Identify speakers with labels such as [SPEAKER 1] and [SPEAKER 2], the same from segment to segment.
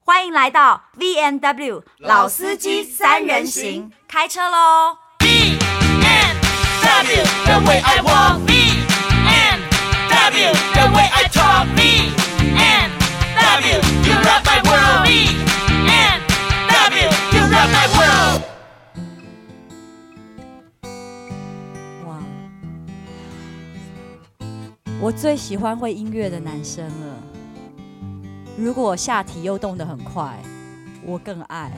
[SPEAKER 1] 欢迎来到 V N W 老司机三人行，开车喽！
[SPEAKER 2] B and W the way I walk. B and W the way I talk. B and W you rock my world. B and W you rock my world.
[SPEAKER 1] 哇，我最喜欢会音乐的男生了。如果下体又动得很快，我更爱。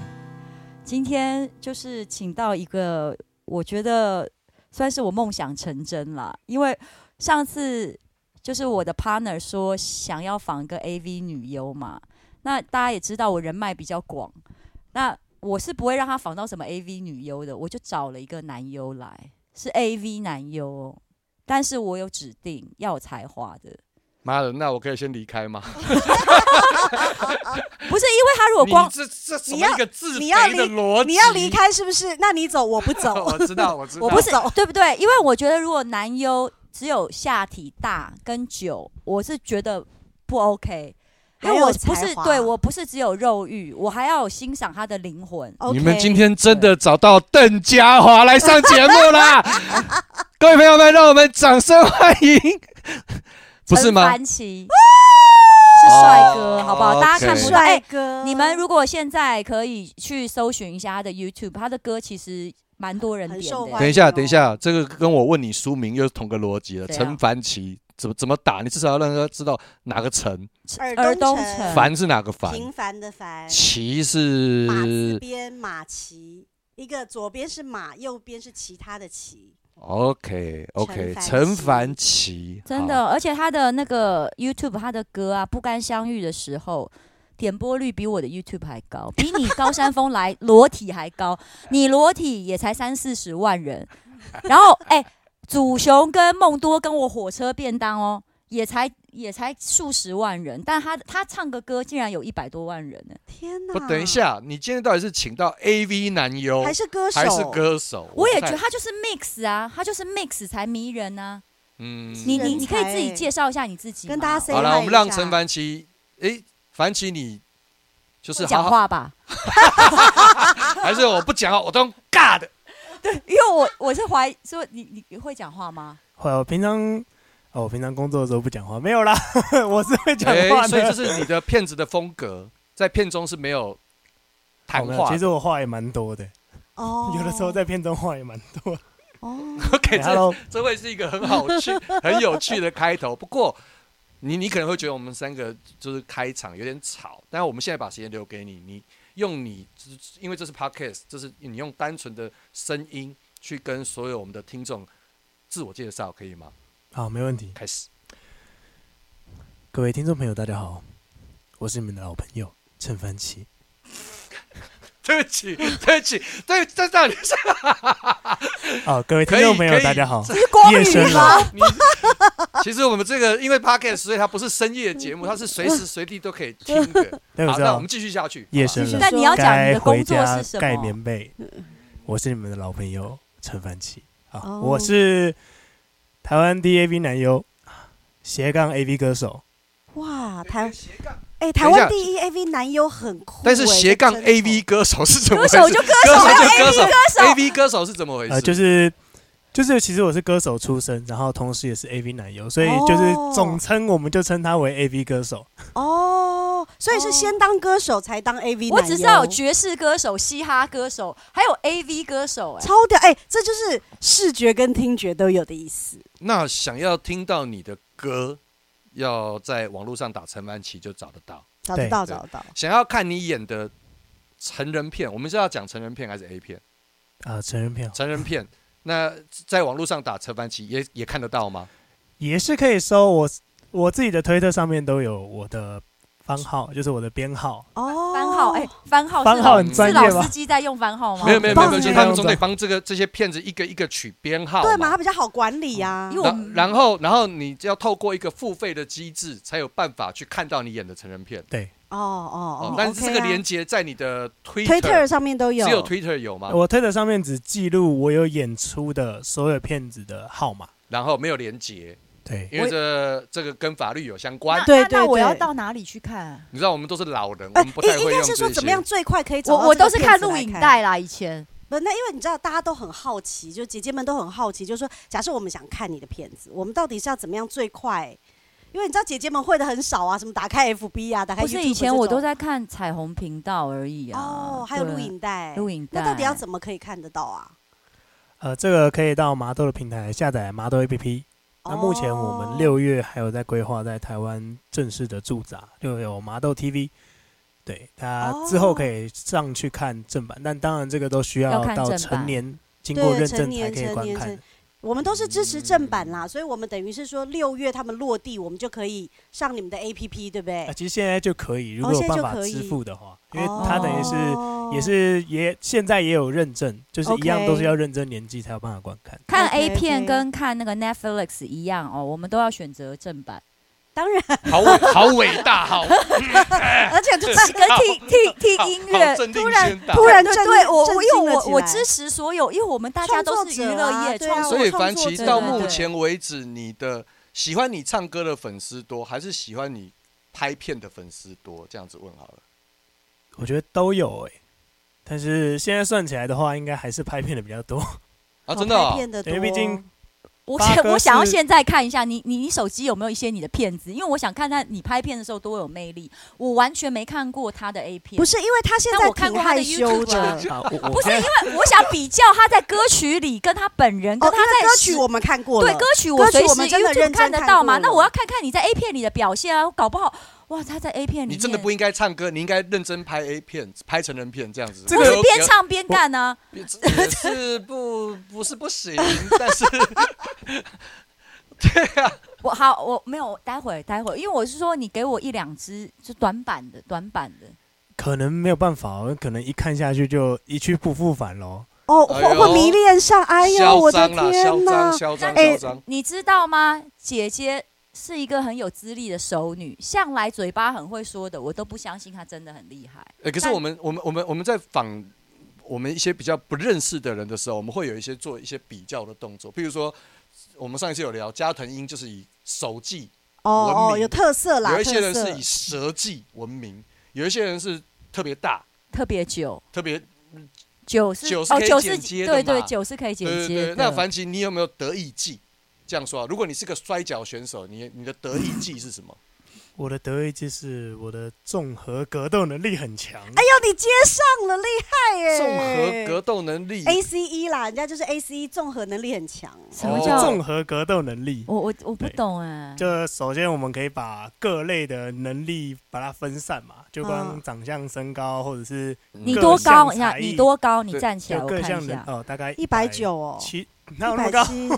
[SPEAKER 1] 今天就是请到一个，我觉得算是我梦想成真了，因为上次就是我的 partner 说想要访一个 AV 女优嘛，那大家也知道我人脉比较广，那我是不会让他访到什么 AV 女优的，我就找了一个男优来。是 AV 男优哦，但是我有指定要有才华的，
[SPEAKER 3] 妈的，那我可以先离 开吗？
[SPEAKER 1] 不是因为他如果
[SPEAKER 3] 你
[SPEAKER 1] 光
[SPEAKER 3] 这这什
[SPEAKER 4] 你
[SPEAKER 3] 么
[SPEAKER 4] 要
[SPEAKER 3] 一个自
[SPEAKER 4] 你要
[SPEAKER 3] 卑的
[SPEAKER 4] 离
[SPEAKER 3] 逻辑？哦
[SPEAKER 4] 你要离开是不是？那你走，我不走。
[SPEAKER 3] 我知道，我知道，
[SPEAKER 4] 我
[SPEAKER 1] 不是
[SPEAKER 4] 走
[SPEAKER 1] 对不对？因为我觉得如果男优只有下体大跟久，我是觉得不 OK。因为
[SPEAKER 4] 还有
[SPEAKER 1] 我不是
[SPEAKER 4] 才华
[SPEAKER 1] 对我不是只有肉欲，我还要有欣赏他的灵魂。
[SPEAKER 4] 哦
[SPEAKER 3] 你们今天真的找到邓家华来上节目 啦！各位朋友们，让我们掌声欢迎，不是
[SPEAKER 1] 陈
[SPEAKER 3] 吗？
[SPEAKER 1] 凡奇是帅哥，
[SPEAKER 3] 哦
[SPEAKER 1] 好不好？大家看不
[SPEAKER 3] OK
[SPEAKER 1] 到，哎
[SPEAKER 4] 哦帅，哥，
[SPEAKER 1] 你们如果现在可以去搜寻一下他的 YouTube，他的歌其实蛮多人
[SPEAKER 4] 很
[SPEAKER 1] 点
[SPEAKER 4] 受
[SPEAKER 1] 的。
[SPEAKER 4] 欢
[SPEAKER 3] 等一下，
[SPEAKER 4] 欢迎哦
[SPEAKER 3] 等一下，这个跟我问你书名又是同个逻辑了。
[SPEAKER 1] 对啊
[SPEAKER 3] 陈凡奇怎么怎么打？你至少要让他知道哪个陈，
[SPEAKER 4] 尔
[SPEAKER 1] 东
[SPEAKER 4] 东
[SPEAKER 1] 城
[SPEAKER 4] 城
[SPEAKER 3] 凡是哪个凡，
[SPEAKER 4] 平嗯凡的凡，
[SPEAKER 3] 奇
[SPEAKER 4] 马字
[SPEAKER 3] 是
[SPEAKER 4] 边马骑，一个左边是马，右边是其他的骑。
[SPEAKER 3] OK OK，
[SPEAKER 4] 陈凡
[SPEAKER 3] 陈
[SPEAKER 4] 奇
[SPEAKER 3] 凡奇，
[SPEAKER 1] 真
[SPEAKER 3] 好
[SPEAKER 1] 的，而且他的那个 YouTube 他的歌啊，《不甘相遇》的时候，点播率比我的 YouTube 还高，比你高山峰来裸体还 高，你裸体也才三四十万人，然后哎、祖雄跟梦多跟我火车便当哦，也才也才数十万人，但他他唱个歌竟然有一百多万人呢、
[SPEAKER 4] 天哪！
[SPEAKER 3] 不，等一，下，你今天到底是请到 AV 男优，
[SPEAKER 4] 啊还是歌手，
[SPEAKER 3] 还是歌手？
[SPEAKER 1] 我也
[SPEAKER 3] 不
[SPEAKER 1] 觉
[SPEAKER 3] 太
[SPEAKER 1] 得，他就是 mix 啊，他就是 mix 才迷人啊。
[SPEAKER 3] 嗯，
[SPEAKER 1] 你
[SPEAKER 4] 人
[SPEAKER 1] 你你可以自己
[SPEAKER 4] 才
[SPEAKER 1] 介绍一下你自己吗，
[SPEAKER 4] 跟大家 say
[SPEAKER 3] 好了，
[SPEAKER 4] hi
[SPEAKER 3] 我们让
[SPEAKER 4] 一下
[SPEAKER 3] 陈凡奇，诶，凡奇你就是
[SPEAKER 1] 会讲
[SPEAKER 3] 好好，
[SPEAKER 1] 话吧。
[SPEAKER 3] 还是我不讲话，我都用尬的。
[SPEAKER 1] 因为我我是怀疑说你你你会讲话 吗？
[SPEAKER 5] 会啊，我平常哦，我平常工作的时候不讲话，没有啦， 我是会讲
[SPEAKER 3] 诶，
[SPEAKER 5] 话的。
[SPEAKER 3] 哎所以这是你的骗子的风格，在片中是没有谈
[SPEAKER 5] 哦没有
[SPEAKER 3] 话
[SPEAKER 5] 其。实我话也蛮多的，
[SPEAKER 4] 哦，
[SPEAKER 5] 有的时候在片中话也蛮多的。
[SPEAKER 4] 哦，
[SPEAKER 3] OK，
[SPEAKER 5] 哎
[SPEAKER 3] 这
[SPEAKER 5] Hello，
[SPEAKER 3] 这会是一个很好趣、很有趣的开头。不过，你你可能会觉得我们三个就是开场有点吵，但我们现在把时间留给你，你用你，因为这是 podcast，这是你用单纯的声音去跟所有我们的听众自我介绍，可以吗？
[SPEAKER 5] 好，没问题。
[SPEAKER 3] 开始。
[SPEAKER 5] 各位听众朋友，大家好，我是你们的老朋友陈凡奇。
[SPEAKER 3] 对不起，对不起，对，这到底是
[SPEAKER 5] 哦，各位听众朋友，大家好，
[SPEAKER 3] 可以
[SPEAKER 1] 是光
[SPEAKER 5] 夜深
[SPEAKER 1] 宇吗？
[SPEAKER 5] 了，
[SPEAKER 3] 你其实我们这个因为 podcast，所以它不是深夜的节目，它是随时随地都可以听的。
[SPEAKER 5] 对，我
[SPEAKER 3] 好，
[SPEAKER 5] 知
[SPEAKER 3] 那我
[SPEAKER 5] 道
[SPEAKER 3] 们继续下去。
[SPEAKER 5] 夜
[SPEAKER 3] 好吧
[SPEAKER 5] 深了，
[SPEAKER 1] 但你要讲你
[SPEAKER 5] 该
[SPEAKER 1] 的工
[SPEAKER 5] 回
[SPEAKER 1] 作
[SPEAKER 5] 家
[SPEAKER 1] 是什
[SPEAKER 5] 盖
[SPEAKER 1] 么？嗯
[SPEAKER 5] 棉被。我是你们的老朋友陈凡奇。好，
[SPEAKER 4] 哦
[SPEAKER 5] 我是台湾 DAV 男优，斜杠 AV 歌手。
[SPEAKER 4] 哇，台
[SPEAKER 3] 斜杠
[SPEAKER 4] 哎，台湾
[SPEAKER 3] 等
[SPEAKER 4] 第一 AV 男优很酷哎，
[SPEAKER 3] 但是斜杠
[SPEAKER 4] 这真的
[SPEAKER 3] AV 歌手是怎么
[SPEAKER 1] 歌
[SPEAKER 3] 回事？
[SPEAKER 1] 手哎就歌
[SPEAKER 3] 歌
[SPEAKER 1] 手，啊
[SPEAKER 3] 手就歌手
[SPEAKER 1] AV 歌手。
[SPEAKER 3] ，AV 歌手是怎么回事？
[SPEAKER 5] 呃，就是就是，其实我是歌手出身，然后同时也是 AV 男优，所以就是
[SPEAKER 4] 哦
[SPEAKER 5] 总称我们就称他为 AV 歌手。
[SPEAKER 4] 哦，所以是先当歌手才当 AV，
[SPEAKER 1] 我只知道有
[SPEAKER 4] 男优
[SPEAKER 1] 爵士歌手、嘻哈歌手，还有 AV 歌手、哎，
[SPEAKER 4] 超屌，哎、这就是视觉跟听觉都有的意思。
[SPEAKER 3] 那想要听到你的歌，要在网络上打陈凡奇就找得到。
[SPEAKER 4] 找得
[SPEAKER 5] 对
[SPEAKER 4] 到，
[SPEAKER 3] 对
[SPEAKER 4] 找得到。
[SPEAKER 3] 想要看你演的成人片，我们是要讲成人片还是 A 片？
[SPEAKER 5] 啊，成人片
[SPEAKER 3] 成人片，那在网络上打陈凡奇也也看得到吗？
[SPEAKER 5] 也是可以搜我我自己的推特上面都有我的番号，就是我的编号。
[SPEAKER 4] 哦，
[SPEAKER 1] 番号，哎、番号是
[SPEAKER 5] 番号
[SPEAKER 1] 老
[SPEAKER 5] 很专
[SPEAKER 1] 是
[SPEAKER 5] 业
[SPEAKER 1] 老
[SPEAKER 5] 吧
[SPEAKER 1] 司？机在用番号吗？
[SPEAKER 3] 没有没有没
[SPEAKER 4] 棒
[SPEAKER 3] 有，就是
[SPEAKER 4] 耶
[SPEAKER 3] 他们总得帮这个这些片子一个一个取编号
[SPEAKER 4] 对嘛，
[SPEAKER 3] 嘛哦
[SPEAKER 4] 它。比较好管理啊呀、
[SPEAKER 1] 因为我
[SPEAKER 3] 然然后然后你就要透过一个付费的机制，才有办法去看到你演的成人片。
[SPEAKER 5] 对，
[SPEAKER 4] 哦哦
[SPEAKER 3] 哦
[SPEAKER 4] 哦，，
[SPEAKER 3] 但是这
[SPEAKER 4] OK
[SPEAKER 3] 个
[SPEAKER 4] 啊
[SPEAKER 3] 连接在你的
[SPEAKER 4] Twitter 上面都有，
[SPEAKER 3] 只有 Twitter 有吗？
[SPEAKER 5] 我推特上面只记录我有演出的所有片子的号码。
[SPEAKER 3] 然后没有连接，
[SPEAKER 5] 对，
[SPEAKER 3] 因为这这个跟法律有相关
[SPEAKER 1] 那。
[SPEAKER 5] 对
[SPEAKER 1] 那那
[SPEAKER 5] 对
[SPEAKER 1] 我要
[SPEAKER 5] 对
[SPEAKER 1] 到哪里去看？
[SPEAKER 3] 你知道我们都是老人，我
[SPEAKER 4] 呃，
[SPEAKER 3] 们不太
[SPEAKER 4] 应应
[SPEAKER 3] 会用
[SPEAKER 4] 该
[SPEAKER 3] 这
[SPEAKER 4] 是
[SPEAKER 3] 些
[SPEAKER 4] 说。怎么样最快可以找到
[SPEAKER 1] 我我
[SPEAKER 4] 这个
[SPEAKER 1] 都是
[SPEAKER 4] 片子
[SPEAKER 1] 看录
[SPEAKER 4] 来
[SPEAKER 1] 影带啦，以前
[SPEAKER 4] 不，那因为你知道，大家都很好奇，就姐姐们都很好奇，就是说，假设我们想看你的片子，我们到底是要怎么样最快？因为你知道姐姐们会的很少啊，什么打开 FB 啊，打开
[SPEAKER 1] 不是
[SPEAKER 4] YouTube
[SPEAKER 1] 以前我都
[SPEAKER 4] 这种
[SPEAKER 1] 在看彩虹频道而已啊。
[SPEAKER 4] 哦，还有
[SPEAKER 1] 对
[SPEAKER 4] 录影带，
[SPEAKER 1] 录影带，
[SPEAKER 4] 那到底要怎么可以看得到啊？
[SPEAKER 5] 呃，这个可以到麻豆的平台下载麻豆 APP。那目前我们
[SPEAKER 4] 哦
[SPEAKER 5] 六月还有在规划在台湾正式的驻扎，就有麻豆 TV。对，它之
[SPEAKER 4] 哦
[SPEAKER 5] 后可以上去看正版，但当然这个都需
[SPEAKER 1] 要看
[SPEAKER 5] 到
[SPEAKER 1] 正
[SPEAKER 5] 成
[SPEAKER 1] 版
[SPEAKER 5] 年经过
[SPEAKER 4] 对
[SPEAKER 5] 认
[SPEAKER 4] 成
[SPEAKER 5] 证才
[SPEAKER 4] 年
[SPEAKER 5] 可以
[SPEAKER 4] 成
[SPEAKER 5] 观
[SPEAKER 4] 年
[SPEAKER 5] 看
[SPEAKER 4] 成。我们都是支持正版啦，所以我们等于是说六月他们落地，我们就可以上你们的 APP，对不对
[SPEAKER 5] 啊，？其实现在就可以，如
[SPEAKER 4] 哎哦
[SPEAKER 5] 果有
[SPEAKER 4] 现在
[SPEAKER 5] 办
[SPEAKER 4] 就
[SPEAKER 5] 法
[SPEAKER 4] 可
[SPEAKER 5] 支
[SPEAKER 4] 以
[SPEAKER 5] 付的话，因为它等于是、
[SPEAKER 4] 哦
[SPEAKER 5] 也是也现在也有认证，就是一样
[SPEAKER 4] OK
[SPEAKER 5] 都是要认证年纪才有办法观看。
[SPEAKER 1] 看 A
[SPEAKER 4] OK，OK
[SPEAKER 1] 片跟看那个 Netflix 一样哦，我们都要选择正版，
[SPEAKER 4] 当然，
[SPEAKER 3] 好伟好伟大，好
[SPEAKER 4] 而且就
[SPEAKER 1] 跟听听听音乐
[SPEAKER 3] 好，镇定
[SPEAKER 1] 突然
[SPEAKER 3] 先
[SPEAKER 4] 呃
[SPEAKER 3] 打。
[SPEAKER 4] 突然
[SPEAKER 1] 对
[SPEAKER 4] 震
[SPEAKER 1] 对我
[SPEAKER 4] 震
[SPEAKER 1] 我因
[SPEAKER 4] 惊
[SPEAKER 1] 为
[SPEAKER 4] 了
[SPEAKER 1] 我
[SPEAKER 4] 起
[SPEAKER 1] 我
[SPEAKER 4] 来
[SPEAKER 1] 支持所有，因为我们大家都是娱乐业
[SPEAKER 4] 创作者啊
[SPEAKER 1] 创作
[SPEAKER 3] 所以
[SPEAKER 4] 我创
[SPEAKER 3] 樊
[SPEAKER 4] 作
[SPEAKER 3] 奇
[SPEAKER 4] 者
[SPEAKER 3] 到
[SPEAKER 1] 对
[SPEAKER 3] 目
[SPEAKER 1] 对
[SPEAKER 3] 前为止，你的喜欢你唱歌的粉丝多，还是喜欢你拍片的粉丝多？这样子问好了。
[SPEAKER 5] 我觉得都有哎、但是现在算起来的话，应该还是拍片的比较多。
[SPEAKER 3] 啊，真的哦、
[SPEAKER 4] 骗得多
[SPEAKER 5] 因为毕竟
[SPEAKER 1] 我
[SPEAKER 5] 八
[SPEAKER 1] 想
[SPEAKER 5] 哥
[SPEAKER 1] 我想要
[SPEAKER 5] 是
[SPEAKER 1] 现在看一下你你你手机有没有一些你的片子，因为我想看看你拍片的时候多有魅力。我完全没看过他的 A 片，
[SPEAKER 4] 不是因为他现
[SPEAKER 1] 但
[SPEAKER 4] 在
[SPEAKER 1] 我看
[SPEAKER 4] 挺
[SPEAKER 1] 过他的
[SPEAKER 4] 害羞
[SPEAKER 1] YouTube 啊
[SPEAKER 4] 的。哦
[SPEAKER 5] 啊，我
[SPEAKER 1] 不
[SPEAKER 5] 我
[SPEAKER 1] 是
[SPEAKER 5] 现在
[SPEAKER 1] 因为我想比较他在歌曲里跟他本人
[SPEAKER 4] 哦，
[SPEAKER 1] 跟
[SPEAKER 4] 因
[SPEAKER 1] 他
[SPEAKER 4] 为
[SPEAKER 1] 在
[SPEAKER 4] 歌
[SPEAKER 1] 实
[SPEAKER 4] 曲我们看过了，
[SPEAKER 1] 对歌曲
[SPEAKER 4] 歌
[SPEAKER 1] 我
[SPEAKER 4] 曲
[SPEAKER 1] 随
[SPEAKER 4] 我
[SPEAKER 1] 时
[SPEAKER 4] 们真的
[SPEAKER 1] YouTube
[SPEAKER 4] 认真
[SPEAKER 1] 看得
[SPEAKER 4] 看
[SPEAKER 1] 到
[SPEAKER 4] 过
[SPEAKER 1] 嘛？
[SPEAKER 4] 了
[SPEAKER 1] 那我要看看你在 A 片里的表现啊，搞不好哇他在 A 片里
[SPEAKER 3] 你真的
[SPEAKER 1] 面
[SPEAKER 3] 不应该唱歌，你应该认真拍 A 片，拍成人片这样子。
[SPEAKER 5] 这
[SPEAKER 1] 或
[SPEAKER 5] 个
[SPEAKER 1] 是边唱边干啊呢、
[SPEAKER 3] 也也是不不是不 行，但是
[SPEAKER 1] 我好，我没有，待会儿待会儿，因为我是说你给我一两支就短版的短版的，
[SPEAKER 5] 可能没有办法，我可能一看下去就一去不复返喽。
[SPEAKER 4] 哦，
[SPEAKER 3] 哎呦
[SPEAKER 4] 会会迷恋上，哎呦，
[SPEAKER 3] 嚣
[SPEAKER 4] 我的
[SPEAKER 3] 张啦，嚣
[SPEAKER 4] 天
[SPEAKER 3] 张，
[SPEAKER 4] 呐！
[SPEAKER 3] 嚣张，
[SPEAKER 4] 哎
[SPEAKER 3] 嚣张。
[SPEAKER 1] 你知道吗？姐姐是一个很有资历的熟女，向来嘴巴很会说的，我都不相信她真的很厉害。
[SPEAKER 3] 呃，可是
[SPEAKER 1] 但
[SPEAKER 3] 我们我们我们我们在访我们一些比较不认识的人的时候，我们会有一些做一些比较的动作，譬如说，我们上一次有聊加藤鹰就是以手技，
[SPEAKER 4] 哦
[SPEAKER 3] 文
[SPEAKER 4] 哦，
[SPEAKER 3] 明
[SPEAKER 4] 有特色啦，
[SPEAKER 3] 有一些人
[SPEAKER 4] 特色
[SPEAKER 3] 是以舌技闻名，有一些人是特别大，
[SPEAKER 1] 特别久，
[SPEAKER 3] 特别
[SPEAKER 1] 酒是
[SPEAKER 3] 酒是
[SPEAKER 1] 哦，
[SPEAKER 3] 可以
[SPEAKER 1] 酒
[SPEAKER 3] 剪
[SPEAKER 1] 是
[SPEAKER 3] 接的
[SPEAKER 1] 对对，
[SPEAKER 3] 嘛
[SPEAKER 1] 酒是可以剪
[SPEAKER 3] 对对
[SPEAKER 1] 接的。。
[SPEAKER 3] 对那樊奇，你有没有得意技？这样说、啊，如果你是个摔跤选手，你你的得意技是什么？
[SPEAKER 5] 我的得意就是我的综合格斗能力很强。
[SPEAKER 4] 哎呦，你接上了，厉
[SPEAKER 1] 哎
[SPEAKER 4] 害耶！
[SPEAKER 3] 综合格斗能力
[SPEAKER 4] A C E 啦，人家就是 A C E 综合能力很强。
[SPEAKER 1] 什么
[SPEAKER 3] 哦
[SPEAKER 1] 叫、
[SPEAKER 5] 综合格斗能力？
[SPEAKER 1] 我我我不懂哎、
[SPEAKER 5] 就首先我们可以把各类的能力把它分散嘛，就光
[SPEAKER 4] 嗯
[SPEAKER 5] 长相、身高，或者是
[SPEAKER 1] 你
[SPEAKER 5] 各
[SPEAKER 1] 多
[SPEAKER 5] 项
[SPEAKER 1] 高？你
[SPEAKER 5] 才
[SPEAKER 1] 看你
[SPEAKER 5] 艺
[SPEAKER 1] 多高？你
[SPEAKER 3] 对
[SPEAKER 1] 站起来，
[SPEAKER 5] 就
[SPEAKER 1] 我
[SPEAKER 5] 各
[SPEAKER 1] 看
[SPEAKER 5] 项
[SPEAKER 1] 一
[SPEAKER 5] 能
[SPEAKER 1] 下，
[SPEAKER 5] 哦，大概
[SPEAKER 4] 一百九哦，
[SPEAKER 5] 七，哪有
[SPEAKER 4] 一
[SPEAKER 5] 那么
[SPEAKER 4] 百
[SPEAKER 5] 高？
[SPEAKER 4] 七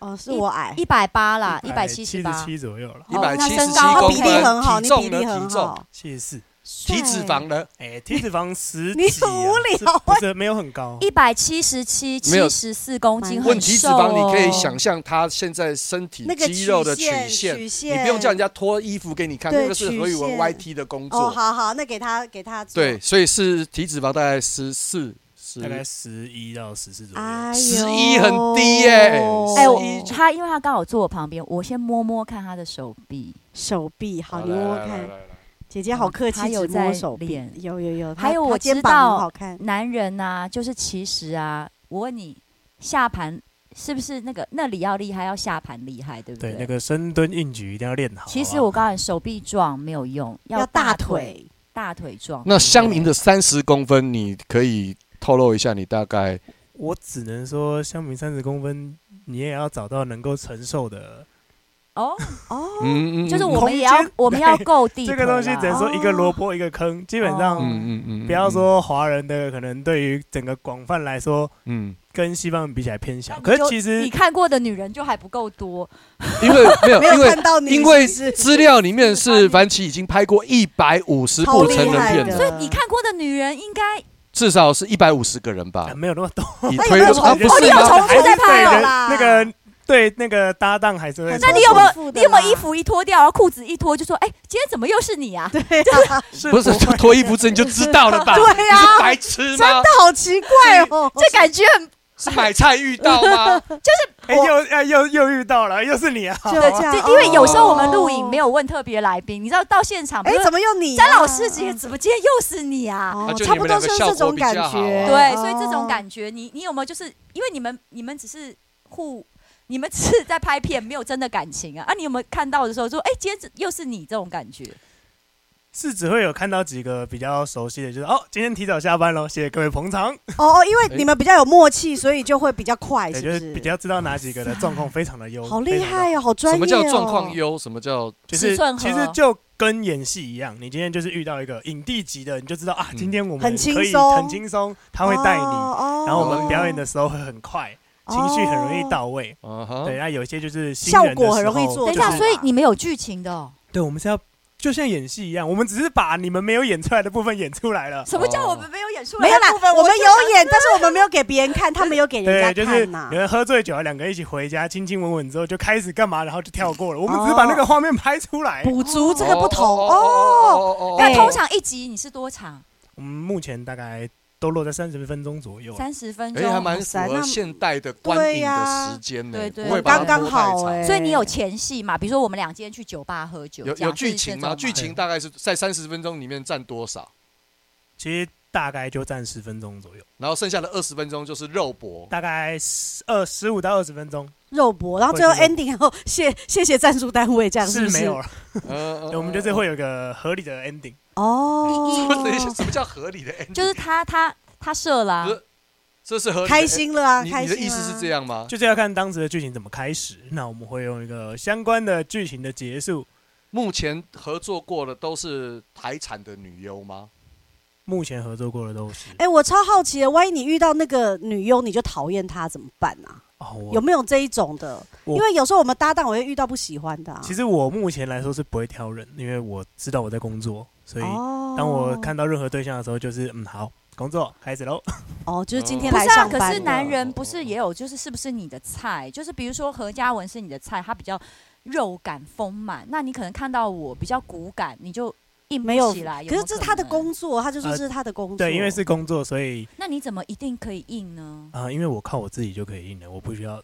[SPEAKER 4] 哦，是我矮
[SPEAKER 1] 一百八啦，一百七
[SPEAKER 5] 七
[SPEAKER 1] 十
[SPEAKER 5] 十
[SPEAKER 1] 八。
[SPEAKER 5] 七左右了，
[SPEAKER 3] 一
[SPEAKER 1] 哦
[SPEAKER 3] 百
[SPEAKER 1] 那
[SPEAKER 3] 七十
[SPEAKER 1] 身
[SPEAKER 3] 七
[SPEAKER 1] 高
[SPEAKER 3] 公
[SPEAKER 1] 比
[SPEAKER 3] 分，
[SPEAKER 1] 例
[SPEAKER 4] 很好
[SPEAKER 3] 体
[SPEAKER 4] 你
[SPEAKER 3] 重
[SPEAKER 4] 比
[SPEAKER 3] 呢？
[SPEAKER 4] 例很
[SPEAKER 3] 体重
[SPEAKER 4] 好、
[SPEAKER 5] 七十四。
[SPEAKER 3] 体脂肪呢？
[SPEAKER 5] 哎，体脂肪十
[SPEAKER 4] 你
[SPEAKER 5] 几啊，
[SPEAKER 4] 很无
[SPEAKER 5] 是
[SPEAKER 4] 聊
[SPEAKER 5] 不是没有很高。
[SPEAKER 1] 一百七十七，
[SPEAKER 3] 没有
[SPEAKER 1] 七十四公斤，
[SPEAKER 4] 蛮
[SPEAKER 1] 很
[SPEAKER 3] 问体脂
[SPEAKER 1] 瘦
[SPEAKER 3] 肪，你可以
[SPEAKER 1] 哦
[SPEAKER 3] 想象他现在身体
[SPEAKER 4] 那个
[SPEAKER 3] 肌肉的曲
[SPEAKER 4] 线，
[SPEAKER 3] 线，
[SPEAKER 4] 曲
[SPEAKER 3] 你
[SPEAKER 4] 线，
[SPEAKER 3] 不用叫人家脱衣服给你看，
[SPEAKER 4] 对
[SPEAKER 3] 那个是何宇文
[SPEAKER 4] 曲线
[SPEAKER 3] YT 的工
[SPEAKER 4] 哦，
[SPEAKER 3] 作。
[SPEAKER 4] 好好，那给他给他做
[SPEAKER 3] 对，。所以是体脂肪大概十四、十
[SPEAKER 5] 大概十一到十四左右。
[SPEAKER 1] 啊
[SPEAKER 4] 哎呦，
[SPEAKER 3] 11很低耶
[SPEAKER 1] 哎、
[SPEAKER 3] 所
[SPEAKER 1] 我
[SPEAKER 3] 以就
[SPEAKER 1] 他因为他刚好坐我旁边，我先摸摸看他的手臂，
[SPEAKER 4] 手臂好，你
[SPEAKER 3] 来
[SPEAKER 4] 摸摸
[SPEAKER 3] 来来来
[SPEAKER 4] 看，
[SPEAKER 3] 来来
[SPEAKER 4] 姐姐好客气，
[SPEAKER 1] 哦她有
[SPEAKER 4] 只摸
[SPEAKER 1] 在
[SPEAKER 4] 手臂
[SPEAKER 1] 练，
[SPEAKER 4] 有有有，她
[SPEAKER 1] 还有
[SPEAKER 4] 她
[SPEAKER 1] 我
[SPEAKER 4] 肩
[SPEAKER 1] 知
[SPEAKER 4] 膀
[SPEAKER 1] 道
[SPEAKER 4] 很好看，
[SPEAKER 1] 男人呐、就是其实啊，我问你，下盘是不是那个那里要厉害，要下盘厉害，对不
[SPEAKER 5] 对，
[SPEAKER 1] 对
[SPEAKER 5] 那个深蹲硬举一定要练好啊。
[SPEAKER 1] 其实我告诉你，手臂壮没有用，
[SPEAKER 4] 要
[SPEAKER 1] 大
[SPEAKER 4] 大腿。
[SPEAKER 1] 大腿壮。
[SPEAKER 3] 那香菱的三十公分，你可以透露一下，你大概
[SPEAKER 5] 我只能说，相比三十公分，你也要找到能够承受的。
[SPEAKER 1] 哦，
[SPEAKER 4] 哦，
[SPEAKER 3] 嗯嗯
[SPEAKER 1] 就是我
[SPEAKER 5] 空
[SPEAKER 1] 们也要
[SPEAKER 5] 间
[SPEAKER 1] 我们要够地
[SPEAKER 5] 这个东西
[SPEAKER 1] 腿啦
[SPEAKER 5] 只能说一个萝卜一个坑，基本上
[SPEAKER 1] 哦
[SPEAKER 3] 嗯嗯
[SPEAKER 5] 不要说华人的，可能对于整个广泛来说，
[SPEAKER 3] 嗯，
[SPEAKER 5] 跟西方人比起来偏小。
[SPEAKER 1] 那
[SPEAKER 5] 可
[SPEAKER 1] 你
[SPEAKER 5] 是
[SPEAKER 1] 就
[SPEAKER 5] 其实
[SPEAKER 1] 哦你看过的女人就还不够多，
[SPEAKER 3] 因为没有
[SPEAKER 4] 没有
[SPEAKER 3] 因为
[SPEAKER 4] 看到你
[SPEAKER 3] 因为
[SPEAKER 4] 是不是
[SPEAKER 3] 资料里面是樊奇已经拍过一百五十
[SPEAKER 4] 超
[SPEAKER 3] 部
[SPEAKER 4] 厉
[SPEAKER 3] 成人
[SPEAKER 4] 害
[SPEAKER 3] 片
[SPEAKER 4] 的，
[SPEAKER 3] 了，
[SPEAKER 1] 所以你看过的女人应该
[SPEAKER 3] 至少是一百五十个人吧
[SPEAKER 5] 啊。没有那么多，
[SPEAKER 3] 你
[SPEAKER 4] 那有
[SPEAKER 3] 推
[SPEAKER 4] 没有
[SPEAKER 3] 论
[SPEAKER 4] 重
[SPEAKER 3] 啊，
[SPEAKER 4] 复
[SPEAKER 3] 不
[SPEAKER 1] 哦你
[SPEAKER 3] 是
[SPEAKER 1] 有
[SPEAKER 3] 吗？
[SPEAKER 1] 重复
[SPEAKER 5] 还是
[SPEAKER 1] 在
[SPEAKER 5] 对
[SPEAKER 1] 拍
[SPEAKER 4] 哦
[SPEAKER 5] 人
[SPEAKER 4] 啦
[SPEAKER 5] 那 个对那个搭档还是会
[SPEAKER 4] 很
[SPEAKER 1] 那
[SPEAKER 5] 说
[SPEAKER 1] 你有没
[SPEAKER 4] 重复
[SPEAKER 1] 有
[SPEAKER 4] 的
[SPEAKER 1] 你有没有
[SPEAKER 4] 啦
[SPEAKER 1] 衣服一脱掉，然后裤子一脱就说，哎，今天怎么又是你啊？
[SPEAKER 5] 是
[SPEAKER 3] 不是
[SPEAKER 5] 会
[SPEAKER 3] 脱衣服之前就知道 了吧？
[SPEAKER 4] 对
[SPEAKER 5] 啊
[SPEAKER 3] 你
[SPEAKER 4] 呀
[SPEAKER 3] 是白痴
[SPEAKER 4] 真
[SPEAKER 3] 吗
[SPEAKER 4] 的？好奇怪哦，
[SPEAKER 1] 这感觉很
[SPEAKER 3] 是买菜遇到吗？
[SPEAKER 5] 哎，又哎又又遇到了，又是你啊！
[SPEAKER 4] 就
[SPEAKER 1] 哦对，
[SPEAKER 4] 这样
[SPEAKER 1] 就因为有时候我们录影没
[SPEAKER 4] 有，
[SPEAKER 1] 有问特别来宾，你知道到现场，
[SPEAKER 4] 哎
[SPEAKER 1] 比如，
[SPEAKER 4] 怎么又你啊？
[SPEAKER 1] 詹老师直接怎么今天又是你啊？
[SPEAKER 4] 哦
[SPEAKER 3] 那就
[SPEAKER 4] 差
[SPEAKER 3] 你
[SPEAKER 4] 不
[SPEAKER 3] 们
[SPEAKER 4] 多
[SPEAKER 3] 两
[SPEAKER 4] 就
[SPEAKER 3] 个
[SPEAKER 4] 是
[SPEAKER 3] 效
[SPEAKER 4] 这
[SPEAKER 3] 果
[SPEAKER 4] 种
[SPEAKER 3] 比
[SPEAKER 4] 感
[SPEAKER 3] 较好
[SPEAKER 4] 觉，哦
[SPEAKER 3] 啊
[SPEAKER 1] 对，所以这种
[SPEAKER 4] 觉。
[SPEAKER 1] 感觉，你你有没有就是因为你们你们只是互你们只是在拍片，没有真的感情啊？啊，你有没有看到的时候说，哎、今天又是你这种感觉？
[SPEAKER 5] 是只会有看到几个比较熟悉的，就是哦，今天提早下班喽，谢谢各位捧场，
[SPEAKER 4] 哦哦，因为你们比较有默契，所以就会比较快，
[SPEAKER 5] 也
[SPEAKER 4] 哎是
[SPEAKER 5] 就
[SPEAKER 4] 不
[SPEAKER 5] 是
[SPEAKER 4] 是？
[SPEAKER 5] 比较知道哪几个的状况非常的优，
[SPEAKER 4] 好
[SPEAKER 5] 非
[SPEAKER 4] 厉
[SPEAKER 5] 常的
[SPEAKER 4] 害哦，好专业
[SPEAKER 3] 什
[SPEAKER 4] 哦。
[SPEAKER 3] 么叫状况优？什么叫
[SPEAKER 5] 就是
[SPEAKER 1] 尺寸合
[SPEAKER 5] 其实就跟演戏一样，你今天就是遇到一个影帝级的，你就知道啊，
[SPEAKER 3] 嗯
[SPEAKER 5] 今天我们
[SPEAKER 4] 很轻
[SPEAKER 5] 可以
[SPEAKER 4] 松
[SPEAKER 5] 很轻松，他会带你，
[SPEAKER 4] 哦
[SPEAKER 5] 然后我们表演的时候会很快，情绪很容易。
[SPEAKER 4] 哦
[SPEAKER 5] 到位。
[SPEAKER 3] 嗯哼，
[SPEAKER 5] 对，那有一些就是新
[SPEAKER 4] 效
[SPEAKER 5] 人的
[SPEAKER 4] 果很
[SPEAKER 5] 时
[SPEAKER 4] 容易
[SPEAKER 5] 候
[SPEAKER 4] 做
[SPEAKER 5] 就
[SPEAKER 1] 等一下，
[SPEAKER 4] 对啊
[SPEAKER 5] 是
[SPEAKER 1] 所以你们有剧情的、哦？
[SPEAKER 5] 对，我们是要就像演戏一样，我们只是把你们没有演出来的部分演出来了。
[SPEAKER 1] 什么叫我们没有演出来
[SPEAKER 4] 哦没有
[SPEAKER 1] 的
[SPEAKER 4] 啦
[SPEAKER 1] 部分？，
[SPEAKER 4] 我们
[SPEAKER 1] 就想
[SPEAKER 4] 有演，但是我们没有给别人看，他们有给
[SPEAKER 5] 对，
[SPEAKER 4] 人
[SPEAKER 5] 就
[SPEAKER 4] 家
[SPEAKER 5] 是
[SPEAKER 4] 看呐
[SPEAKER 5] 你。们喝醉酒了，两个一起回家，亲亲吻吻之后就开始干嘛，然后就跳过了。我们只是把那个画面拍出来。
[SPEAKER 4] 补足这个哦不同哦。
[SPEAKER 3] 哦哦哦哦
[SPEAKER 1] 那
[SPEAKER 4] 哎
[SPEAKER 1] 通常一集你是多长？
[SPEAKER 5] 我们嗯目前大概都落在三十分钟左右。
[SPEAKER 1] 三十分
[SPEAKER 3] 哎，还
[SPEAKER 1] 钟。
[SPEAKER 3] 蛮符
[SPEAKER 4] 塞
[SPEAKER 3] 合
[SPEAKER 4] 那
[SPEAKER 3] 现代的观
[SPEAKER 4] 对
[SPEAKER 3] 影
[SPEAKER 4] 呀
[SPEAKER 3] 的时间呢
[SPEAKER 1] 对，对
[SPEAKER 3] 不会把它
[SPEAKER 4] 刚刚
[SPEAKER 3] 拖太
[SPEAKER 4] 好
[SPEAKER 3] 长
[SPEAKER 4] 哎
[SPEAKER 1] 所以你有前戏嘛？比如说我们俩今天去酒吧喝酒，
[SPEAKER 3] 有
[SPEAKER 1] 这样
[SPEAKER 3] 有剧情吗？
[SPEAKER 1] 是这
[SPEAKER 3] 剧
[SPEAKER 1] 种
[SPEAKER 3] 情大概是在三十分钟里面占多少？
[SPEAKER 5] 其实大概就占十分钟左右，
[SPEAKER 3] 然后剩下的二十分钟就是肉搏，
[SPEAKER 5] 大概十二十五到二十分钟
[SPEAKER 4] 肉搏，然后最后
[SPEAKER 5] 会这
[SPEAKER 4] ending 后谢谢谢赞助单位，这样是哦不
[SPEAKER 5] 没有了。
[SPEAKER 3] 嗯
[SPEAKER 5] 对我们就是会有一个合理的 ending。
[SPEAKER 4] 哦，
[SPEAKER 3] 等一下，什么叫合理的 ending？
[SPEAKER 1] 就是他他他射啦、
[SPEAKER 3] 不是这是合理的
[SPEAKER 4] 开心了啊，
[SPEAKER 3] 你
[SPEAKER 4] 开
[SPEAKER 3] 你
[SPEAKER 4] 心
[SPEAKER 3] 的
[SPEAKER 4] 啊。
[SPEAKER 3] 意思是这样吗？
[SPEAKER 5] 就是要看当时的剧情怎么开始。那我们会用一个相关的剧情的结束。
[SPEAKER 3] 目前合作过的都是台产的女优吗？
[SPEAKER 5] 目前合作过的都是
[SPEAKER 4] 哎、我超好奇的，万一你遇到那个女优，你就讨厌她怎么办啊？
[SPEAKER 5] 哦，
[SPEAKER 4] 有
[SPEAKER 5] 我
[SPEAKER 4] 没有这一种的？因
[SPEAKER 5] 我
[SPEAKER 4] 为有时候我们搭档，我会遇到不喜欢的、啊。
[SPEAKER 5] 其实我目前来说是不会挑人，因为我知道我在工作，所以
[SPEAKER 4] 哦
[SPEAKER 5] 当我看到任何对象的时候，就是嗯好，工作开始喽。
[SPEAKER 4] 哦，就是今天
[SPEAKER 1] 不
[SPEAKER 4] 来
[SPEAKER 1] 是啊，
[SPEAKER 4] 上班
[SPEAKER 1] 可
[SPEAKER 4] 的、
[SPEAKER 1] 是男人不是也有，就是是不是你的菜？就是比如说何嘉文是你的菜，他比较肉感丰满，那你可能看到我比较骨感，你就硬不
[SPEAKER 4] 没有
[SPEAKER 1] 起来。有没
[SPEAKER 4] 可是
[SPEAKER 1] 有
[SPEAKER 4] 这是
[SPEAKER 1] 能
[SPEAKER 4] 他的，工作，他就说
[SPEAKER 5] 呃
[SPEAKER 4] 这是他的工作。
[SPEAKER 5] 对，因为是工作，所以
[SPEAKER 1] 那你怎么一定可以硬呢？
[SPEAKER 5] 啊、因为我靠我自己就可以硬了，我不需要。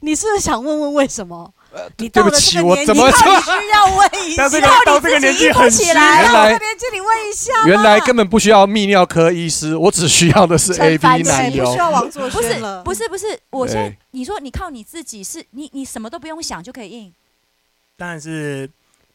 [SPEAKER 4] 你是不是想问问为什么？
[SPEAKER 3] 呃
[SPEAKER 4] 你到
[SPEAKER 3] 对不
[SPEAKER 4] 了
[SPEAKER 3] 起，
[SPEAKER 4] 这个
[SPEAKER 3] 我
[SPEAKER 4] 年
[SPEAKER 3] 怎
[SPEAKER 4] 纪
[SPEAKER 3] 么
[SPEAKER 4] 到底需要问一下
[SPEAKER 5] 到这个
[SPEAKER 1] 到底
[SPEAKER 5] 到这
[SPEAKER 1] 自
[SPEAKER 5] 个
[SPEAKER 1] 己
[SPEAKER 5] 年纪
[SPEAKER 1] 硬不
[SPEAKER 5] 很
[SPEAKER 1] 起
[SPEAKER 5] 虚
[SPEAKER 1] 来
[SPEAKER 5] 弱
[SPEAKER 3] 原
[SPEAKER 4] 到
[SPEAKER 3] 来
[SPEAKER 4] 这边经理问一下嘛。
[SPEAKER 3] 原来根本不需要泌尿科医师，我只需要的是 A
[SPEAKER 1] 陈
[SPEAKER 3] B
[SPEAKER 1] 凡
[SPEAKER 3] 男
[SPEAKER 4] 对，
[SPEAKER 3] 优
[SPEAKER 4] 不需。要王作
[SPEAKER 1] 不是
[SPEAKER 4] 轩了，
[SPEAKER 1] 不是不是，我现在
[SPEAKER 3] 对
[SPEAKER 1] 你说你靠你自己是，你你什么都不用想就可以硬，
[SPEAKER 5] 但是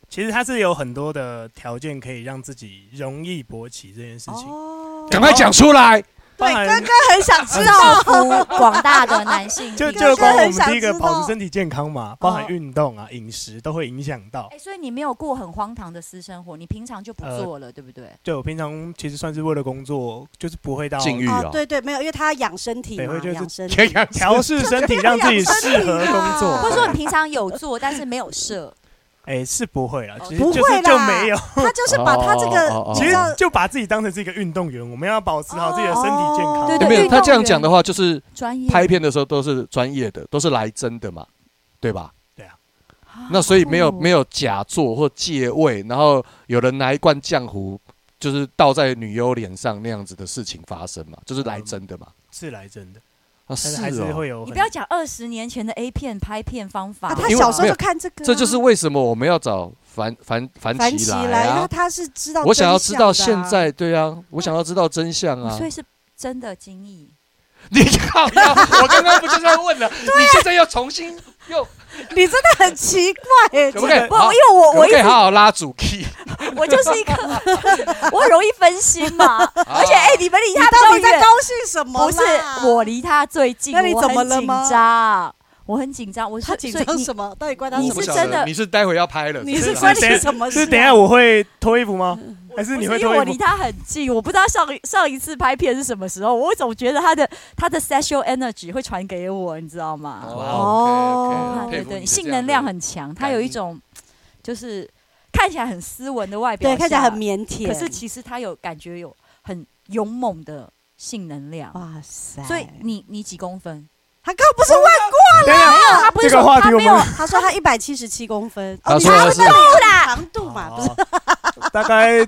[SPEAKER 5] 其实它是有很多的条件可以让自己容易勃起这件事情。
[SPEAKER 4] 哦，
[SPEAKER 3] 赶快讲出来！
[SPEAKER 5] 包
[SPEAKER 4] 对，
[SPEAKER 5] 含
[SPEAKER 4] 哥哥很想知道。
[SPEAKER 1] 造福广大的男性。
[SPEAKER 5] 就
[SPEAKER 4] 应该
[SPEAKER 5] 就光
[SPEAKER 4] 很
[SPEAKER 5] 我们
[SPEAKER 4] 想
[SPEAKER 5] 第一个
[SPEAKER 4] 知
[SPEAKER 5] 保
[SPEAKER 4] 道
[SPEAKER 5] 持身体健康嘛，包含
[SPEAKER 4] 哦
[SPEAKER 5] 运动啊、饮食都会影响到
[SPEAKER 1] 哎、。所以你没有过很荒唐的私生活，你平常就不
[SPEAKER 5] 呃
[SPEAKER 1] 做了，对不对？
[SPEAKER 5] 对我平常其实算是为了工作，就是不会到
[SPEAKER 3] 禁欲
[SPEAKER 4] 啊，
[SPEAKER 3] 啊，
[SPEAKER 4] 对对，没有，因为他养身体
[SPEAKER 5] 对
[SPEAKER 4] 嘛
[SPEAKER 5] 会，就是
[SPEAKER 4] 养身体。
[SPEAKER 3] 这样
[SPEAKER 5] 调试身 体，让自己适合工
[SPEAKER 4] 啊
[SPEAKER 1] 或者
[SPEAKER 5] 作。
[SPEAKER 1] 说你平常有做，但是没有射，
[SPEAKER 5] 哎，是不会了，
[SPEAKER 1] 哦
[SPEAKER 5] 其实
[SPEAKER 4] 不
[SPEAKER 5] 就
[SPEAKER 4] 会
[SPEAKER 5] 是
[SPEAKER 4] 啦
[SPEAKER 5] 就没有，
[SPEAKER 4] 他就是把他这
[SPEAKER 3] 哦哦哦
[SPEAKER 4] 个，
[SPEAKER 3] 哦
[SPEAKER 5] 其
[SPEAKER 4] 你
[SPEAKER 5] 实
[SPEAKER 4] 知道，
[SPEAKER 5] 就把自己当成是一个运动员，我们要保持好自己的身体健
[SPEAKER 4] 哦
[SPEAKER 5] 康。
[SPEAKER 1] 对
[SPEAKER 3] 有
[SPEAKER 1] 对
[SPEAKER 3] 没有？
[SPEAKER 1] 运
[SPEAKER 3] 他
[SPEAKER 1] 动
[SPEAKER 3] 这样讲的
[SPEAKER 1] 员
[SPEAKER 3] 话，就是
[SPEAKER 1] 专业
[SPEAKER 3] 拍片的时候都是专业的，都是来真的嘛，对吧？
[SPEAKER 1] 啊
[SPEAKER 3] 那所以没
[SPEAKER 4] 哦
[SPEAKER 3] 有
[SPEAKER 1] 酷
[SPEAKER 3] 没有假做或借位，然后有人拿一罐浆糊，就是倒在女优脸上那样子的事情发生嘛，就是来真的嘛。
[SPEAKER 5] 是来真的，
[SPEAKER 3] 啊，
[SPEAKER 5] 但是还是
[SPEAKER 3] 哦，
[SPEAKER 5] 会有
[SPEAKER 1] 你
[SPEAKER 5] 很。
[SPEAKER 1] 不要讲二十年前的 A 片拍片方法
[SPEAKER 4] 啊，
[SPEAKER 1] 了，
[SPEAKER 4] 他
[SPEAKER 3] 因为
[SPEAKER 4] 小时候
[SPEAKER 3] 没
[SPEAKER 4] 就
[SPEAKER 3] 有
[SPEAKER 4] 看这个啊，
[SPEAKER 3] 这就是为什么我们要找樊樊樊
[SPEAKER 4] 樊
[SPEAKER 3] 奇
[SPEAKER 4] 奇
[SPEAKER 3] 来
[SPEAKER 4] 来，因为
[SPEAKER 3] 啊。
[SPEAKER 4] 他是知道真相的啊，
[SPEAKER 3] 我想要知道现在，对啊，我想要知道真相啊
[SPEAKER 1] 所。以是真的精益。
[SPEAKER 3] 你靠呀！我刚刚不就在问了？
[SPEAKER 1] 啊
[SPEAKER 3] 你现在要重新
[SPEAKER 1] 哎
[SPEAKER 3] 又
[SPEAKER 4] 你真的很奇怪 耶，
[SPEAKER 3] 可不可以
[SPEAKER 4] 这个
[SPEAKER 3] 好
[SPEAKER 4] 不，因为我
[SPEAKER 3] 可不
[SPEAKER 4] 我一
[SPEAKER 3] 可以
[SPEAKER 4] 直
[SPEAKER 3] 好好拉主 key？
[SPEAKER 1] 我就是一个， 我很容易分心嘛。 而且，哎、你们离
[SPEAKER 4] 你
[SPEAKER 1] 他
[SPEAKER 4] 到
[SPEAKER 1] 比较
[SPEAKER 4] 底在
[SPEAKER 1] 远
[SPEAKER 4] 高，兴什么？
[SPEAKER 1] 不是我，离他最近，
[SPEAKER 4] 那你
[SPEAKER 1] 我
[SPEAKER 4] 怎么
[SPEAKER 1] 很
[SPEAKER 4] 了
[SPEAKER 1] 紧
[SPEAKER 4] 吗
[SPEAKER 1] 张，我很紧张，我
[SPEAKER 4] 他
[SPEAKER 1] 是
[SPEAKER 4] 紧
[SPEAKER 1] 所以
[SPEAKER 4] 张
[SPEAKER 1] 你
[SPEAKER 4] 什么？到底关他
[SPEAKER 1] 你
[SPEAKER 4] 什么
[SPEAKER 3] 我不
[SPEAKER 1] 是
[SPEAKER 4] 事
[SPEAKER 3] 晓
[SPEAKER 1] 真的
[SPEAKER 3] 得你是待会要拍了，
[SPEAKER 4] 你
[SPEAKER 3] 不
[SPEAKER 4] 是
[SPEAKER 5] 是
[SPEAKER 4] 关
[SPEAKER 5] 等
[SPEAKER 4] 你什么事啊？
[SPEAKER 5] 是等一下我会脱衣服吗？还是
[SPEAKER 1] 不
[SPEAKER 5] 你
[SPEAKER 1] 是
[SPEAKER 5] 会
[SPEAKER 1] 因
[SPEAKER 5] 脱
[SPEAKER 1] 为我
[SPEAKER 5] 衣
[SPEAKER 1] 离
[SPEAKER 5] 服？
[SPEAKER 1] 他很近，我不知道上上一次拍片是什么时候，我总觉得他的他的 sexual energy 会传给我，你知道吗？啊
[SPEAKER 3] 哦
[SPEAKER 4] 哦
[SPEAKER 1] 对对，性
[SPEAKER 3] 性
[SPEAKER 1] 能量很强，他
[SPEAKER 3] 感
[SPEAKER 1] 有一
[SPEAKER 3] 应
[SPEAKER 1] 种就是看起来很斯文的外表
[SPEAKER 4] 对，
[SPEAKER 1] 下，
[SPEAKER 4] 看起来很腼腆，
[SPEAKER 1] 可是其实他有感觉有很勇猛的性能量。
[SPEAKER 5] 哦
[SPEAKER 4] 哇塞，
[SPEAKER 1] 所以你你几公分？
[SPEAKER 4] 他刚刚不是问过，
[SPEAKER 5] 等一下
[SPEAKER 1] 他不是
[SPEAKER 5] 哦这
[SPEAKER 1] 说
[SPEAKER 5] 个话
[SPEAKER 1] 他
[SPEAKER 5] 题我
[SPEAKER 1] 没有
[SPEAKER 5] 们
[SPEAKER 4] 他说他 一百七十七公分，
[SPEAKER 3] 他
[SPEAKER 4] 哦，
[SPEAKER 3] 说的是
[SPEAKER 4] 你看他的长度嘛，不是
[SPEAKER 5] 哦大概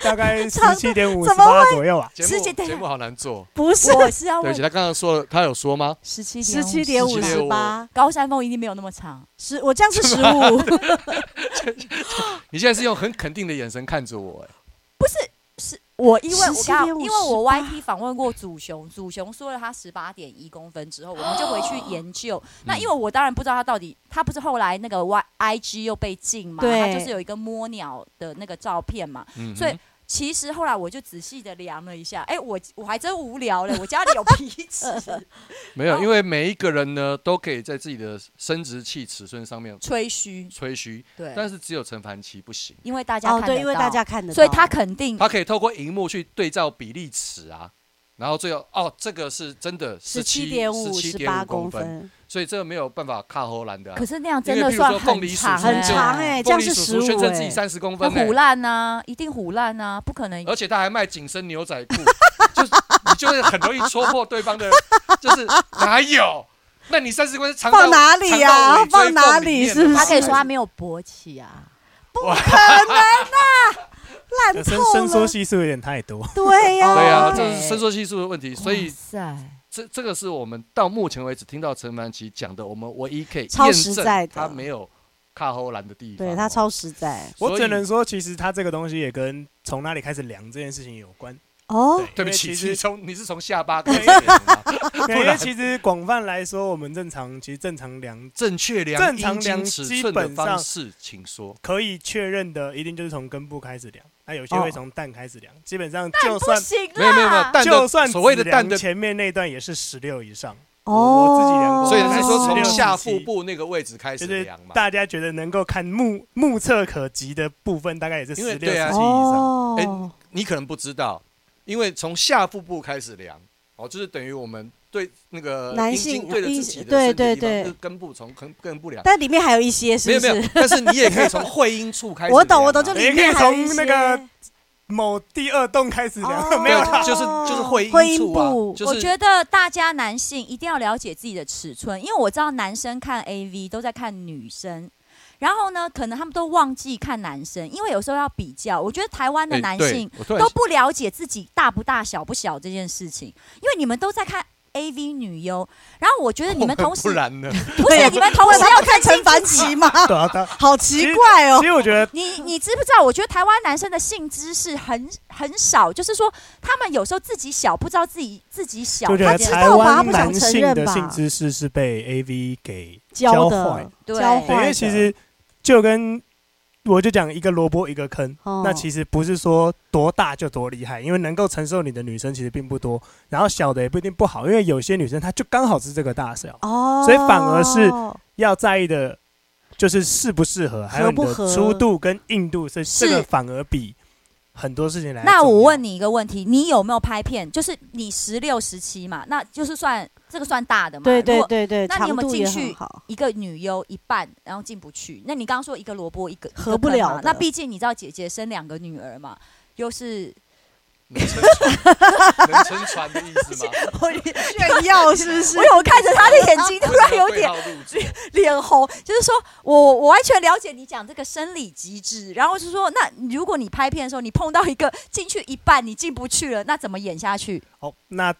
[SPEAKER 5] 大概
[SPEAKER 4] 长
[SPEAKER 5] 十七点五、十
[SPEAKER 4] 怎么
[SPEAKER 5] 八左右吧。啊
[SPEAKER 3] 节
[SPEAKER 1] 师姐
[SPEAKER 3] 目
[SPEAKER 1] 等一下
[SPEAKER 3] 节目好难做。
[SPEAKER 4] 不是
[SPEAKER 1] 我是要
[SPEAKER 3] 对，而
[SPEAKER 1] 问
[SPEAKER 3] 且他刚刚说了，他有说吗？
[SPEAKER 1] 十七
[SPEAKER 4] 十七点五十
[SPEAKER 3] 17.58
[SPEAKER 4] 八，
[SPEAKER 1] 高山峰一定没有那么长。
[SPEAKER 4] 十我这样是十五，
[SPEAKER 3] 你现在是用很肯定的眼神看着我，哎，
[SPEAKER 1] 是我因为我
[SPEAKER 4] 17.58
[SPEAKER 1] 刚因为我 YT 访问过祖雄，祖雄说了他十八点一公分之后，我们就回去研究。那因为我当然不知道他到底，他不是后来那个 Y IG 又被禁嘛，
[SPEAKER 4] 对
[SPEAKER 1] 他就是有一个摸鸟的那个照片嘛，
[SPEAKER 3] 嗯
[SPEAKER 1] 所以
[SPEAKER 3] 哼
[SPEAKER 1] 其实后来我就仔细的量了一下，哎、我我还真无聊 了，我家里有皮尺，
[SPEAKER 3] 呃没
[SPEAKER 1] 哦
[SPEAKER 3] 有，因为每一个人呢都可以在自己的生殖器尺寸上面
[SPEAKER 1] 吹嘘，
[SPEAKER 3] 吹嘘，
[SPEAKER 1] 对，
[SPEAKER 3] 但是只有陈凡奇不行，
[SPEAKER 1] 因为大家看
[SPEAKER 4] 哦
[SPEAKER 1] 得到，
[SPEAKER 4] 对，因为大家看得到，
[SPEAKER 1] 所以他肯
[SPEAKER 4] 嗯
[SPEAKER 1] 定
[SPEAKER 3] 他可以透过荧幕去对照比例尺啊，然后最后哦，这个是真的
[SPEAKER 4] 十
[SPEAKER 3] 七
[SPEAKER 4] 七点
[SPEAKER 3] 五
[SPEAKER 4] 五
[SPEAKER 3] 十
[SPEAKER 4] 十八
[SPEAKER 3] 公
[SPEAKER 4] 公，分，
[SPEAKER 3] 所以这个没有办法卡荷兰的啊
[SPEAKER 1] 可。是那样
[SPEAKER 3] 因
[SPEAKER 1] 真
[SPEAKER 3] 为
[SPEAKER 1] 的
[SPEAKER 3] 譬如
[SPEAKER 1] 算
[SPEAKER 3] 说凤
[SPEAKER 1] 很
[SPEAKER 3] 梨薯
[SPEAKER 1] 长、
[SPEAKER 3] 条
[SPEAKER 1] 欸，
[SPEAKER 4] 很长哎、这样
[SPEAKER 3] 凤梨
[SPEAKER 4] 是
[SPEAKER 3] 叔
[SPEAKER 4] 十
[SPEAKER 3] 叔宣
[SPEAKER 4] 五
[SPEAKER 3] 称自己
[SPEAKER 4] 哎，
[SPEAKER 3] 三十公
[SPEAKER 1] 那
[SPEAKER 3] 分
[SPEAKER 1] 虎
[SPEAKER 3] 欸，
[SPEAKER 1] 烂呐、啊一定虎烂呐、不可能。
[SPEAKER 3] 而且他还卖紧身牛仔裤， 就是你就会很容易戳破对方的，就是哪有？那你三十公分长
[SPEAKER 4] 放
[SPEAKER 3] 到
[SPEAKER 4] 哪里呀、
[SPEAKER 3] 长到尾椎
[SPEAKER 4] 放哪里？
[SPEAKER 3] 缝
[SPEAKER 4] 是
[SPEAKER 3] 里面
[SPEAKER 4] 不
[SPEAKER 3] 了
[SPEAKER 1] 他
[SPEAKER 4] 是？
[SPEAKER 1] 可以说他没有勃起啊，
[SPEAKER 4] 烂
[SPEAKER 5] 伸
[SPEAKER 4] 透
[SPEAKER 5] 伸缩
[SPEAKER 4] 了，
[SPEAKER 5] 系数有点太多，
[SPEAKER 4] 对呀、
[SPEAKER 3] 对啊，
[SPEAKER 1] OK
[SPEAKER 3] 这
[SPEAKER 4] 哎
[SPEAKER 3] 是伸缩系数的问题，所以
[SPEAKER 1] 哇塞，
[SPEAKER 3] 这这个是我们到目前为止听到陈凡奇讲的，我们唯一可以
[SPEAKER 4] 超
[SPEAKER 3] 验
[SPEAKER 4] 实
[SPEAKER 3] 证
[SPEAKER 4] 在的
[SPEAKER 3] 他没有卡后兰的地方哦。
[SPEAKER 4] 对他啊超实在
[SPEAKER 3] 所以，
[SPEAKER 5] 我只能说，其实它这个东西也跟从哪里开始量这件事情有关。
[SPEAKER 4] 哦，
[SPEAKER 3] 对
[SPEAKER 5] 因为
[SPEAKER 3] 不起，
[SPEAKER 5] 其
[SPEAKER 3] 你
[SPEAKER 5] 实
[SPEAKER 3] 从你是从下巴开始
[SPEAKER 5] 没有
[SPEAKER 3] 的吗，
[SPEAKER 5] 因为其实广泛来说，我们正常其实正常量
[SPEAKER 3] 正确量
[SPEAKER 5] 正常
[SPEAKER 3] 阴茎
[SPEAKER 5] 量
[SPEAKER 3] 尺
[SPEAKER 5] 基
[SPEAKER 3] 寸的
[SPEAKER 5] 本
[SPEAKER 3] 方
[SPEAKER 5] 上
[SPEAKER 3] 式，请说。
[SPEAKER 5] 可以确认的，一定就是从根部开始量，那有些
[SPEAKER 4] 哦
[SPEAKER 5] 会从蛋开始量，基本上就
[SPEAKER 1] 不
[SPEAKER 5] 算。
[SPEAKER 1] 行啦，
[SPEAKER 3] 没有没有没有，蛋
[SPEAKER 5] 就
[SPEAKER 3] 的
[SPEAKER 5] 算
[SPEAKER 3] 所谓的
[SPEAKER 5] 只
[SPEAKER 3] 蛋
[SPEAKER 5] 量
[SPEAKER 3] 的，
[SPEAKER 5] 前面那段也是十六以上，
[SPEAKER 4] 哦，
[SPEAKER 5] 我自己量过
[SPEAKER 3] 所以才说从
[SPEAKER 5] 16
[SPEAKER 3] 下
[SPEAKER 5] 17
[SPEAKER 3] 腹部那个位置开
[SPEAKER 5] 哦就
[SPEAKER 3] 始
[SPEAKER 5] 是
[SPEAKER 3] 量嘛。
[SPEAKER 5] 大家觉得能够看目目测可及的部分，大概也是
[SPEAKER 3] 因为
[SPEAKER 5] 十六、
[SPEAKER 3] 对啊
[SPEAKER 5] 十七以上。
[SPEAKER 4] 哦，
[SPEAKER 3] 哎你可能不知道，因为从下腹部开始量，哦，就是等于我们对那个
[SPEAKER 4] 男
[SPEAKER 3] 阴
[SPEAKER 4] 性
[SPEAKER 3] 茎对着
[SPEAKER 4] 阴
[SPEAKER 3] 自己的
[SPEAKER 4] 对
[SPEAKER 3] 身体的
[SPEAKER 4] 对
[SPEAKER 3] 地方
[SPEAKER 4] 对
[SPEAKER 3] 就是根部从根根部量，
[SPEAKER 4] 但里面还有一些
[SPEAKER 3] 没
[SPEAKER 4] 是
[SPEAKER 3] 有
[SPEAKER 4] 不
[SPEAKER 3] 没
[SPEAKER 4] 是？
[SPEAKER 3] 有，但是你也可以从会阴处开始量啊、
[SPEAKER 4] 我懂我懂，就里
[SPEAKER 5] 也可
[SPEAKER 4] 面
[SPEAKER 5] 以
[SPEAKER 4] 还有一
[SPEAKER 5] 从
[SPEAKER 4] 些
[SPEAKER 5] 那个某第二栋开始量，
[SPEAKER 4] 哦
[SPEAKER 5] 没有 啦
[SPEAKER 3] 对，就是就是会
[SPEAKER 4] 会
[SPEAKER 3] 阴
[SPEAKER 4] 阴
[SPEAKER 3] 处啊
[SPEAKER 4] 部，
[SPEAKER 3] 就
[SPEAKER 1] 我
[SPEAKER 3] 是
[SPEAKER 1] 觉得大家男性一定要了解自己的尺寸，因为我知道男生看 AV 都在看女生，然后呢，可能他们都忘记看男生，因为有时候要比较。我觉得台湾的
[SPEAKER 3] 哎
[SPEAKER 1] 男
[SPEAKER 3] 对
[SPEAKER 1] 性
[SPEAKER 3] 我突然
[SPEAKER 1] 都不了解自己大不大、小不小这件事情，因为你们都在看 AV 女优，然后我觉得你 们同时
[SPEAKER 3] 哦不然 呢？
[SPEAKER 1] 不是你们同时
[SPEAKER 4] 他
[SPEAKER 1] 要
[SPEAKER 4] 们
[SPEAKER 1] 看
[SPEAKER 4] 看
[SPEAKER 1] 清
[SPEAKER 4] 陈
[SPEAKER 1] 楚
[SPEAKER 4] 凡奇吗？
[SPEAKER 5] 对啊，当
[SPEAKER 4] 好奇怪哦
[SPEAKER 5] 其，实我觉得
[SPEAKER 1] 你你知不知道？我觉得台湾男生的性知识很很少，就是说他们有时候自己小，不知道自己自己小
[SPEAKER 5] 就
[SPEAKER 1] 这
[SPEAKER 5] 觉
[SPEAKER 1] 件
[SPEAKER 5] 得
[SPEAKER 1] 事。
[SPEAKER 4] 知
[SPEAKER 5] 台
[SPEAKER 4] 道吧他
[SPEAKER 5] 湾
[SPEAKER 4] 不想
[SPEAKER 5] 男
[SPEAKER 4] 承
[SPEAKER 5] 性
[SPEAKER 4] 认
[SPEAKER 5] 的
[SPEAKER 4] 吧
[SPEAKER 5] 性知识是被 AV 给
[SPEAKER 4] 教
[SPEAKER 5] 坏
[SPEAKER 4] 的，
[SPEAKER 1] 对
[SPEAKER 4] 教
[SPEAKER 5] 对，因
[SPEAKER 4] 坏
[SPEAKER 5] 为
[SPEAKER 4] 的
[SPEAKER 5] 其实就跟我就讲一个萝卜一个坑，
[SPEAKER 4] 哦
[SPEAKER 5] 那其实不是说多大就多厉害，因为能够承受你的女生其实并不多，然后小的也不一定不好，因为有些女生她就刚好是这个大小，
[SPEAKER 4] 哦，
[SPEAKER 5] 所以反而是要在意的就是适不适合，还有你
[SPEAKER 4] 合
[SPEAKER 5] 的
[SPEAKER 4] 不合
[SPEAKER 5] 粗度跟硬度，这
[SPEAKER 1] 是
[SPEAKER 5] 这个反而比很多事情来得
[SPEAKER 1] 那
[SPEAKER 5] 重
[SPEAKER 1] 我
[SPEAKER 5] 要
[SPEAKER 1] 问你一个问题，你有没有拍片？就是你十六、十七嘛，那就是算这个算大的嘛。
[SPEAKER 4] 对
[SPEAKER 1] 如
[SPEAKER 4] 对
[SPEAKER 1] 果
[SPEAKER 4] 对对，
[SPEAKER 1] 那你有
[SPEAKER 4] 长
[SPEAKER 1] 没有
[SPEAKER 4] 度
[SPEAKER 1] 进
[SPEAKER 4] 也
[SPEAKER 1] 去
[SPEAKER 4] 很好。
[SPEAKER 1] 一个女优一半，然后进不去。那你刚刚说一个萝卜一个
[SPEAKER 4] 合不了
[SPEAKER 1] 一个坑嘛
[SPEAKER 4] 的
[SPEAKER 1] 那毕竟你知道姐姐生两个女儿嘛，又是
[SPEAKER 3] 能撑船，能撑船的意 思吗？
[SPEAKER 1] 我有
[SPEAKER 4] 炫耀是不是
[SPEAKER 1] 我？有 看着她的眼 睛，突然有
[SPEAKER 3] 为
[SPEAKER 1] 点
[SPEAKER 5] 啊
[SPEAKER 3] 什么对号入座
[SPEAKER 1] 脸红，就是说我我完全了解你讲这个生理机制，然后是说，那如果你拍片的时候，你碰到一个进去一半你进不去了，那怎么演下去？
[SPEAKER 5] 好，那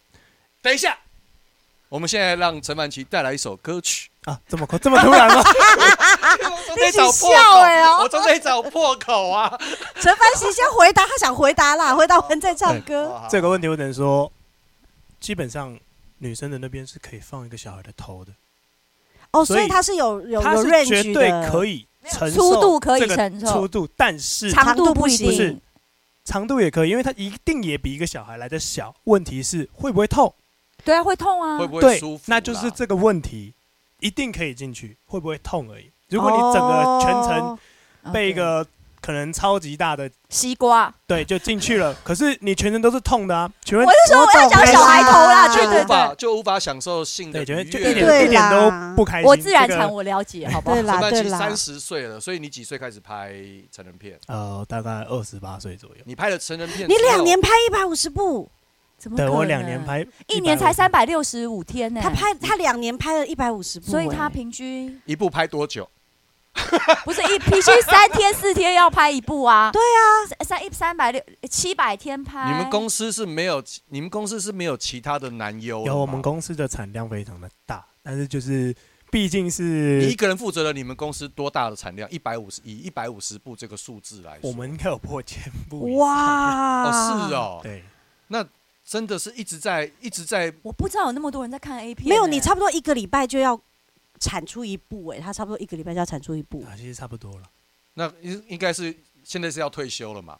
[SPEAKER 3] 等一下，我们现在让陈凡奇带来一首歌曲。哎
[SPEAKER 5] 啊这么这么突然吗？
[SPEAKER 3] 我在找破
[SPEAKER 4] 啊你很
[SPEAKER 3] 口，
[SPEAKER 4] 笑欸哦
[SPEAKER 3] 我正在找破口啊！
[SPEAKER 4] 陈凡奇先回答，他想回答啦，回答完再唱歌。
[SPEAKER 5] 这个问题我只能说，基本上女生的那边是可以放一个小孩的头的，
[SPEAKER 4] 哦，
[SPEAKER 5] 所
[SPEAKER 4] 所
[SPEAKER 5] 以
[SPEAKER 4] 以他是有有
[SPEAKER 5] 她
[SPEAKER 4] 有
[SPEAKER 5] 是
[SPEAKER 4] range
[SPEAKER 5] 绝对
[SPEAKER 4] 的
[SPEAKER 5] 可以承受
[SPEAKER 1] 粗度可以
[SPEAKER 5] 这个
[SPEAKER 1] 承受
[SPEAKER 5] 粗，度，但是
[SPEAKER 4] 长
[SPEAKER 1] 长度不一
[SPEAKER 4] 不
[SPEAKER 5] 是
[SPEAKER 1] 定。
[SPEAKER 5] 长度也可以，因为它一定也比一个小孩来的小。问题是会不会痛？
[SPEAKER 1] 对啊，会痛啊
[SPEAKER 3] 会。不会
[SPEAKER 5] 对
[SPEAKER 3] 舒服啦？，
[SPEAKER 5] 那就是这个问题，一定可以进去，会不会痛而已。如果你整个全程
[SPEAKER 4] 哦
[SPEAKER 5] 被一
[SPEAKER 1] OK
[SPEAKER 5] 个可能超级大的
[SPEAKER 1] 西瓜，
[SPEAKER 5] 对就进 去了，可是你全程都是痛的啊。请
[SPEAKER 1] 我
[SPEAKER 5] 问
[SPEAKER 1] 是说我要讲小孩头啦，
[SPEAKER 4] 我
[SPEAKER 1] 对
[SPEAKER 4] 懂
[SPEAKER 1] 对对
[SPEAKER 3] 啊无法，就无法享受性的
[SPEAKER 5] 对，
[SPEAKER 3] 愉
[SPEAKER 5] 觉
[SPEAKER 3] 悦
[SPEAKER 5] 得就
[SPEAKER 3] 了。
[SPEAKER 5] 一点
[SPEAKER 4] 对
[SPEAKER 5] 一点都
[SPEAKER 4] 啦
[SPEAKER 5] 不开心。
[SPEAKER 1] 我自然
[SPEAKER 5] 这个
[SPEAKER 1] 产我了解，好不好
[SPEAKER 4] 对？啦
[SPEAKER 3] 陈
[SPEAKER 4] 对
[SPEAKER 3] 凡奇
[SPEAKER 4] 啦
[SPEAKER 3] 三，十岁了，所以你几岁开始拍成人片？
[SPEAKER 5] 呃，大概二十八岁左右。
[SPEAKER 3] 你拍了成人片
[SPEAKER 4] 你
[SPEAKER 3] 之后，
[SPEAKER 4] 两年拍一百五十部，
[SPEAKER 1] 怎么可
[SPEAKER 5] 对
[SPEAKER 1] 能？
[SPEAKER 5] 我两年拍，
[SPEAKER 1] 一年才
[SPEAKER 5] 150
[SPEAKER 1] 三，百六十五天呢。
[SPEAKER 4] 他，拍他两年拍了一百五十部，
[SPEAKER 1] 嗯
[SPEAKER 4] 欸
[SPEAKER 1] 所以他
[SPEAKER 4] 哎
[SPEAKER 1] 平均
[SPEAKER 3] 一部拍多久？
[SPEAKER 1] 不是一必须三天四天要拍一部啊？
[SPEAKER 4] 对
[SPEAKER 1] 三，三一三百六七百天拍。
[SPEAKER 3] 你们公司是没有，你们公司是没有其他的男优了吗。
[SPEAKER 5] 有我们公司的产量非常的大，但是就是毕竟
[SPEAKER 3] 你一
[SPEAKER 5] 是
[SPEAKER 3] 个人负责了你们公司多大的产量？一百五十以一百五十部这个数字来说，
[SPEAKER 5] 我们应该有破千部以上，
[SPEAKER 4] 哇，
[SPEAKER 3] 哦是，哦，
[SPEAKER 5] 对，
[SPEAKER 3] 真的是一直在一直在
[SPEAKER 1] 我不知道有那么多人在看 A 片、
[SPEAKER 4] 没有，你
[SPEAKER 1] 欸
[SPEAKER 4] 差不多一个礼拜就要产出一部哎、他差不多一个礼拜就要产出一 部，
[SPEAKER 5] 啊，其实差不多了。
[SPEAKER 3] 那应应该是现在是要退休了嘛？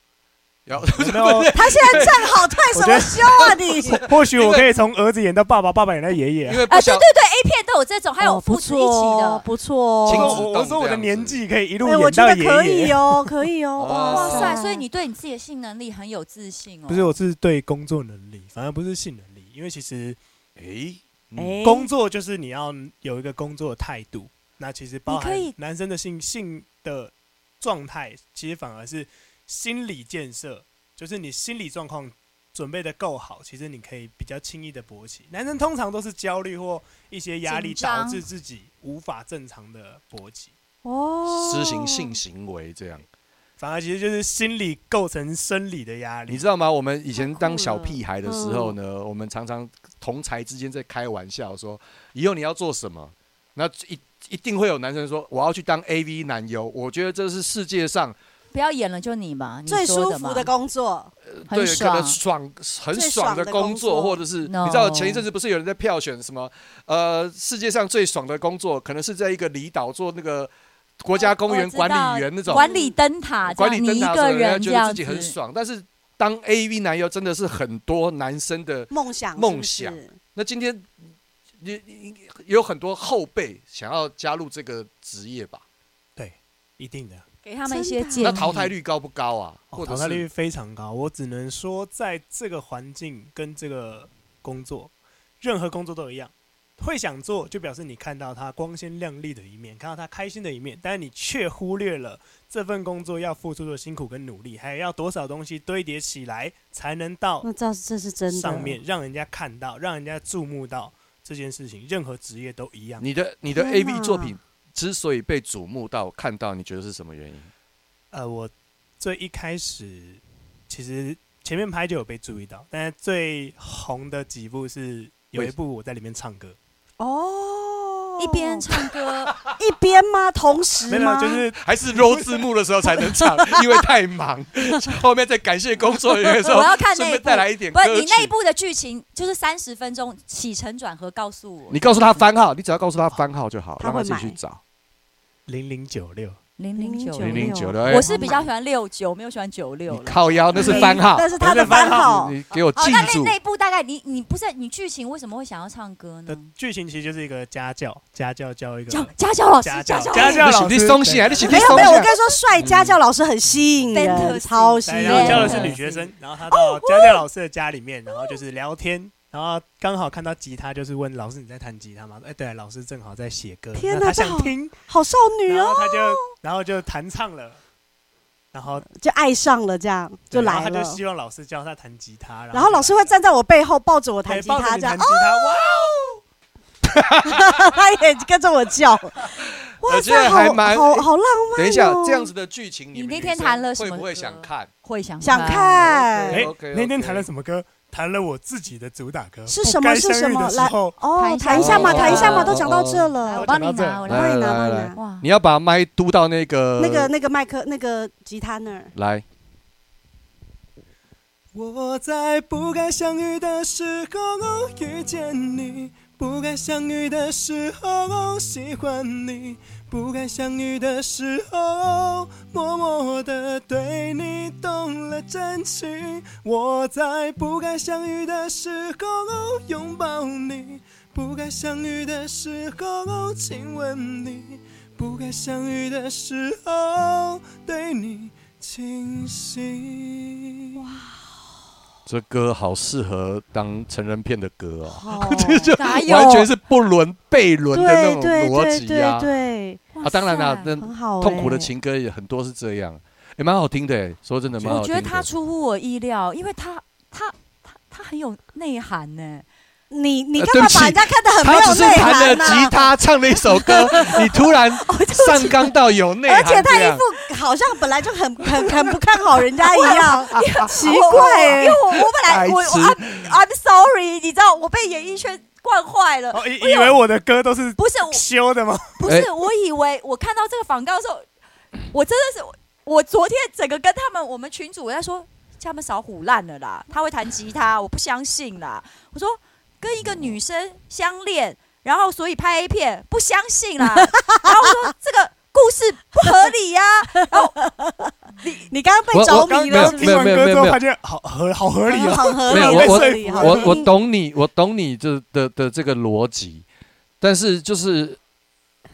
[SPEAKER 3] 然后
[SPEAKER 5] 有没有，
[SPEAKER 4] 他现在正好退什么休啊你？
[SPEAKER 5] 或许我可以从儿子演到爸爸，爸爸演到爷爷啊
[SPEAKER 3] 因。为
[SPEAKER 1] 啊，
[SPEAKER 3] 不
[SPEAKER 1] 对
[SPEAKER 3] 想
[SPEAKER 1] 对对，A 片都有这种，还有
[SPEAKER 4] 哦不
[SPEAKER 1] 父子一起
[SPEAKER 4] 错哦
[SPEAKER 1] 的，
[SPEAKER 4] 不错
[SPEAKER 3] 亲
[SPEAKER 4] 哦
[SPEAKER 3] 子
[SPEAKER 5] 我我说我的年纪可以一路
[SPEAKER 4] 哎，我
[SPEAKER 5] 演
[SPEAKER 4] 觉
[SPEAKER 5] 到
[SPEAKER 4] 得
[SPEAKER 5] 爷
[SPEAKER 4] 可
[SPEAKER 5] 爷
[SPEAKER 4] 以。哦，可以 哦，
[SPEAKER 1] 哇
[SPEAKER 3] 哇
[SPEAKER 1] 塞！所以你对你自己的性能力很有自信哦。
[SPEAKER 5] 不是，我是对工作能力，反而不是性能力，因为其实
[SPEAKER 3] 诶，嗯
[SPEAKER 4] 哎，
[SPEAKER 5] 工作就是你要有一个工作的态度。那其实包
[SPEAKER 1] 你可以
[SPEAKER 5] 含男生的性性的状态，其实反而是心理建设，就是你心理状况准备的够好，其实你可以比较轻易的勃起。男生通常都是焦虑或一些压力
[SPEAKER 1] 紧张
[SPEAKER 5] 导致自己无法正常的勃起，
[SPEAKER 4] 哦
[SPEAKER 3] 施行性行为这样，
[SPEAKER 5] 反而其实就是心理构成生理的压力。
[SPEAKER 3] 你知道吗？我们以前
[SPEAKER 1] 太酷
[SPEAKER 3] 当小
[SPEAKER 1] 了
[SPEAKER 3] 屁孩的时
[SPEAKER 1] 嗯
[SPEAKER 3] 候呢，我们常常同才之间在开玩笑说，以后你要做什么？那一一定会有男生说我要去当 AV 男优，我觉得这是世界上
[SPEAKER 1] 不要演了，就你吧，你
[SPEAKER 4] 最舒
[SPEAKER 1] 说
[SPEAKER 4] 服
[SPEAKER 1] 嘛
[SPEAKER 4] 的，工作，
[SPEAKER 1] 很
[SPEAKER 3] 对，可
[SPEAKER 1] 爽。
[SPEAKER 3] 能爽很
[SPEAKER 4] 最
[SPEAKER 3] 爽
[SPEAKER 4] 爽
[SPEAKER 3] 的
[SPEAKER 4] 的
[SPEAKER 3] 工
[SPEAKER 4] 工
[SPEAKER 3] 作，
[SPEAKER 4] 作
[SPEAKER 3] 或者是
[SPEAKER 1] No
[SPEAKER 3] 你知道前一阵子不是有人在票选什么？呃，世界上最爽的工作可能是在一个离岛做那个国家公园
[SPEAKER 1] 哦我知
[SPEAKER 3] 管理
[SPEAKER 1] 道
[SPEAKER 3] 员那种
[SPEAKER 1] 管理灯塔这样，
[SPEAKER 3] 管理灯
[SPEAKER 1] 你一
[SPEAKER 3] 塔
[SPEAKER 1] 个
[SPEAKER 3] 什么的，
[SPEAKER 1] 人这
[SPEAKER 3] 觉得
[SPEAKER 1] 样
[SPEAKER 3] 自己很爽。但是当 AV 男优真的是很多男生的，
[SPEAKER 4] 梦想，
[SPEAKER 3] 梦想那今天也也有很多后辈想要加入这个职业吧？
[SPEAKER 5] 一定的。
[SPEAKER 1] 给他们一些
[SPEAKER 4] 真的啊
[SPEAKER 1] 建议。
[SPEAKER 3] 那淘汰率高不高啊？或
[SPEAKER 5] 哦，
[SPEAKER 3] 者
[SPEAKER 5] 淘汰率
[SPEAKER 3] 是
[SPEAKER 5] 非常高。我只能说，在这个环境跟这个工作，任何工作都一样，会想做就表示你看到他光鲜亮丽的一面，看到他开心的一面，但是你却忽略了这份工作要付出的辛苦跟努力，还有要多少东西堆叠起来才能到
[SPEAKER 4] 那这这是真的。
[SPEAKER 5] 上面，让人家看到，让人家注目到这件事情。任何职业都一样。
[SPEAKER 3] 你的你的
[SPEAKER 1] 啊
[SPEAKER 4] 天
[SPEAKER 3] AV
[SPEAKER 4] 哪
[SPEAKER 3] 作品之所以被瞩目到看到，你觉得是什么原因？
[SPEAKER 5] 呃，我最一开始其实前面拍就有被注意到，但是最红的几部是有
[SPEAKER 3] 为
[SPEAKER 5] 一部我在里面唱歌，
[SPEAKER 4] 哦，
[SPEAKER 1] 一边唱歌，
[SPEAKER 4] 一边吗？同时
[SPEAKER 5] 没有，
[SPEAKER 4] 嗯吗？
[SPEAKER 5] 就是
[SPEAKER 3] 还是 roll 字幕的时候才能唱， 因为太忙。 后面在感谢工作人员的时候，
[SPEAKER 1] 我要看那
[SPEAKER 3] 顺
[SPEAKER 1] 一
[SPEAKER 3] 便
[SPEAKER 1] 部
[SPEAKER 3] 带来一点
[SPEAKER 1] 不
[SPEAKER 3] 歌
[SPEAKER 1] 是
[SPEAKER 3] 曲。
[SPEAKER 1] 你那一部的剧情，就是三十分钟起承转合，告诉我
[SPEAKER 3] 你告诉他番号，你只要告诉他番号就好，
[SPEAKER 4] 他
[SPEAKER 3] 让他
[SPEAKER 4] 会
[SPEAKER 3] 自己去
[SPEAKER 4] 买
[SPEAKER 3] 找。
[SPEAKER 5] 零零九六，
[SPEAKER 1] 零零九
[SPEAKER 3] 零零九六，哎
[SPEAKER 1] 我是比较喜欢六九，没有喜欢九六
[SPEAKER 3] 你
[SPEAKER 1] 了。
[SPEAKER 3] 靠腰，那是 番号，
[SPEAKER 4] 但是他的番号
[SPEAKER 3] 你给我
[SPEAKER 1] 哦，
[SPEAKER 3] 记
[SPEAKER 1] 那那
[SPEAKER 3] 住。
[SPEAKER 1] 那一部大概你你不是你剧情为什么会想要唱歌
[SPEAKER 4] 嗯
[SPEAKER 5] 的
[SPEAKER 1] 呢？
[SPEAKER 5] 剧情其实就是一个家教，家教教一个
[SPEAKER 1] 家家教老师，
[SPEAKER 5] 家
[SPEAKER 1] 家
[SPEAKER 5] 教
[SPEAKER 1] 老
[SPEAKER 5] 家
[SPEAKER 1] 师
[SPEAKER 5] 教老
[SPEAKER 3] 你
[SPEAKER 5] 师
[SPEAKER 3] 松懈啊，你是你
[SPEAKER 4] 没有
[SPEAKER 3] 松
[SPEAKER 4] 没有，我
[SPEAKER 3] 懈嗯
[SPEAKER 4] 跟。你说，帅家教老师很吸引人，
[SPEAKER 1] Fantasy
[SPEAKER 4] 超吸
[SPEAKER 5] 对，
[SPEAKER 3] 哎
[SPEAKER 1] 对
[SPEAKER 4] 引
[SPEAKER 5] 然后教
[SPEAKER 4] 人。
[SPEAKER 5] 的是女学生，然后她
[SPEAKER 4] 哦
[SPEAKER 5] 到家教老师的家里面，然后就是聊天，然后刚好看到吉他，就是问老师你在弹吉他吗？哎，对，老师正好在写歌，
[SPEAKER 4] 天哪
[SPEAKER 5] 哪，他
[SPEAKER 4] 这
[SPEAKER 5] 想
[SPEAKER 4] 好
[SPEAKER 5] 听，
[SPEAKER 4] 好少女
[SPEAKER 5] 然
[SPEAKER 4] 哦
[SPEAKER 5] 后，他就然后就弹唱了，然后
[SPEAKER 4] 就爱上了，这样就
[SPEAKER 5] 对然后
[SPEAKER 4] 来
[SPEAKER 5] 他
[SPEAKER 4] 了
[SPEAKER 5] 就。希望老师教他弹吉他，
[SPEAKER 4] 然后老师会站在我背后抱着我弹
[SPEAKER 5] 对
[SPEAKER 4] 吉
[SPEAKER 5] 抱着
[SPEAKER 4] 他，
[SPEAKER 5] 你
[SPEAKER 4] 这样
[SPEAKER 5] 弹吉他，哇哦！
[SPEAKER 4] 他也跟着我叫。哇
[SPEAKER 3] 我觉得
[SPEAKER 4] 塞，
[SPEAKER 3] 还
[SPEAKER 4] 好
[SPEAKER 3] 蛮
[SPEAKER 4] 好好浪漫哦！
[SPEAKER 3] 等一下，这样子的剧情，们
[SPEAKER 1] 你那
[SPEAKER 3] 女
[SPEAKER 1] 天
[SPEAKER 3] 生
[SPEAKER 1] 弹了什
[SPEAKER 3] 会
[SPEAKER 1] 么
[SPEAKER 3] 不会
[SPEAKER 1] 歌
[SPEAKER 3] 想看？
[SPEAKER 1] 会想
[SPEAKER 4] 想看
[SPEAKER 5] 哎
[SPEAKER 3] OK，OK，
[SPEAKER 5] 那天弹了什么歌？弹了我自己的主打歌，
[SPEAKER 4] 是
[SPEAKER 5] 不
[SPEAKER 4] 什么
[SPEAKER 5] 该
[SPEAKER 4] 是
[SPEAKER 5] 相
[SPEAKER 4] 什
[SPEAKER 5] 遇
[SPEAKER 4] 么
[SPEAKER 5] 的时
[SPEAKER 4] 来
[SPEAKER 5] 候
[SPEAKER 3] 哎
[SPEAKER 4] 哦，
[SPEAKER 1] 弹
[SPEAKER 4] 弹
[SPEAKER 1] 一
[SPEAKER 4] 一
[SPEAKER 1] 下
[SPEAKER 4] 下嘛，
[SPEAKER 1] 哦
[SPEAKER 4] 弹一下
[SPEAKER 1] 哦
[SPEAKER 4] 嘛，
[SPEAKER 1] 哦
[SPEAKER 4] 都讲到这
[SPEAKER 1] 来
[SPEAKER 4] 了啊
[SPEAKER 1] 我。帮你
[SPEAKER 5] 讲到这
[SPEAKER 1] 拿，我
[SPEAKER 4] 来
[SPEAKER 1] 来
[SPEAKER 4] 帮你拿
[SPEAKER 3] 来
[SPEAKER 4] 帮你
[SPEAKER 3] 来
[SPEAKER 4] 拿，
[SPEAKER 1] 哇
[SPEAKER 3] 哎你要把麦嘟到那个
[SPEAKER 4] 那个那个麦克那个吉他那儿，
[SPEAKER 3] 来，
[SPEAKER 5] 我在不该相遇的时候遇见你，不该相遇的时候喜欢你，不该相遇的时候默默的对你动了真情。我在不该相遇的时候拥抱你，不该相遇的时候亲吻你，不该相遇的时候对你倾心。
[SPEAKER 3] 这歌好适合当成人片的歌哦，
[SPEAKER 4] 哦，
[SPEAKER 3] 这就
[SPEAKER 1] 哪有
[SPEAKER 3] 完全是不伦悖论的那
[SPEAKER 4] 对
[SPEAKER 3] 种
[SPEAKER 4] 对
[SPEAKER 3] 逻
[SPEAKER 4] 对
[SPEAKER 3] 辑啊
[SPEAKER 4] 对。对，
[SPEAKER 3] 啊，当然啦，那
[SPEAKER 4] 很好欸。
[SPEAKER 3] 痛苦的情歌也很多是这样，也蛮好听的欸。说真的，蛮
[SPEAKER 1] 我
[SPEAKER 3] 好
[SPEAKER 1] 觉
[SPEAKER 3] 听
[SPEAKER 1] 得
[SPEAKER 3] 的。
[SPEAKER 1] 他出乎我意料，因为他他他他很有内涵呢。
[SPEAKER 4] 你你
[SPEAKER 3] 呃
[SPEAKER 4] 干
[SPEAKER 3] 对
[SPEAKER 4] 嘛
[SPEAKER 3] 不起
[SPEAKER 4] 把人家看得很没
[SPEAKER 3] 他
[SPEAKER 4] 有啊
[SPEAKER 3] 只是
[SPEAKER 4] 内
[SPEAKER 3] 弹了
[SPEAKER 4] 涵呢、
[SPEAKER 3] 吉他，唱了一首歌，你 突然上纲到有内涵
[SPEAKER 4] 而
[SPEAKER 3] 这
[SPEAKER 4] 且
[SPEAKER 3] 样，
[SPEAKER 4] 他一副好像本来就很很很不看好人家一样，奇怪
[SPEAKER 1] 我哦因
[SPEAKER 4] 欸
[SPEAKER 1] 为我我本来我我
[SPEAKER 3] 白痴
[SPEAKER 1] I'm I'm sorry，你知道我被演艺圈惯坏了，
[SPEAKER 5] 哦，以以为我的歌都是
[SPEAKER 1] 不是我
[SPEAKER 5] 修的 吗？
[SPEAKER 1] 不
[SPEAKER 3] 哎
[SPEAKER 1] 是，我以为我看到这个广告的时候，我真的是我昨天整个跟他们我们群主我在说，叫他们少唬烂了啦，他会弹吉他，我不相信啦。我说跟一个女生相恋，然后所以拍 A 片，不相信啦。然后我说这个故事不合理啊呀、
[SPEAKER 4] 你刚刚被
[SPEAKER 3] 我
[SPEAKER 4] 着
[SPEAKER 3] 我
[SPEAKER 4] 迷
[SPEAKER 3] 没有
[SPEAKER 4] 了，
[SPEAKER 5] 刚
[SPEAKER 4] 是不
[SPEAKER 5] 听
[SPEAKER 4] 是
[SPEAKER 3] 没有
[SPEAKER 5] 完歌之
[SPEAKER 3] 没
[SPEAKER 5] 后
[SPEAKER 3] 有
[SPEAKER 5] 发现好合好合理哦。
[SPEAKER 4] 很合
[SPEAKER 3] 没
[SPEAKER 4] 理，很
[SPEAKER 3] 有我我
[SPEAKER 4] 合理，好
[SPEAKER 3] 我
[SPEAKER 4] 合
[SPEAKER 3] 我
[SPEAKER 4] 理
[SPEAKER 3] 懂你，我懂你这的的这个逻辑，但是就是，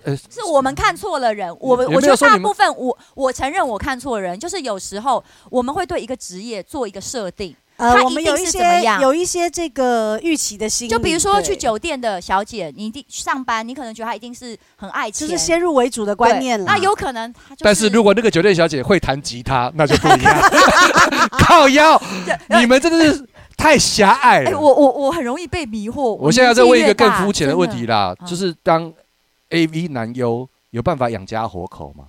[SPEAKER 3] 呃，
[SPEAKER 1] 是我们看错了人，我们
[SPEAKER 3] 也
[SPEAKER 1] 我
[SPEAKER 3] 没
[SPEAKER 1] 觉
[SPEAKER 3] 有
[SPEAKER 1] 得
[SPEAKER 3] 说
[SPEAKER 1] 大
[SPEAKER 3] 你们
[SPEAKER 1] 部分我我承认我看错人，就是有时候我们会对一个职业做一个设定，
[SPEAKER 4] 呃，
[SPEAKER 1] 他
[SPEAKER 4] 我
[SPEAKER 1] 一
[SPEAKER 4] 们
[SPEAKER 1] 定
[SPEAKER 4] 有
[SPEAKER 1] 是
[SPEAKER 4] 一
[SPEAKER 1] 怎么
[SPEAKER 4] 些
[SPEAKER 1] 样
[SPEAKER 4] 有一些这个预期的心理，
[SPEAKER 1] 就比如说去
[SPEAKER 4] 对
[SPEAKER 1] 酒店的小姐，你一定上班，你可能觉得她一定是很爱
[SPEAKER 4] 就
[SPEAKER 1] 钱，
[SPEAKER 4] 是先入为主的
[SPEAKER 1] 对
[SPEAKER 4] 观念啦
[SPEAKER 1] 那。有可能她就是。
[SPEAKER 3] 但是如果那个酒店小姐会弹吉他，那就不 一样。靠腰，你们真的是太狭隘
[SPEAKER 1] 呃哎、
[SPEAKER 3] 了。
[SPEAKER 1] 我我我很容易被迷惑。
[SPEAKER 3] 我现在要再问一个更肤浅
[SPEAKER 1] 的嗯
[SPEAKER 3] 的问题啦，
[SPEAKER 1] 真的
[SPEAKER 3] 就是当 A V 男优有办法养家活口吗？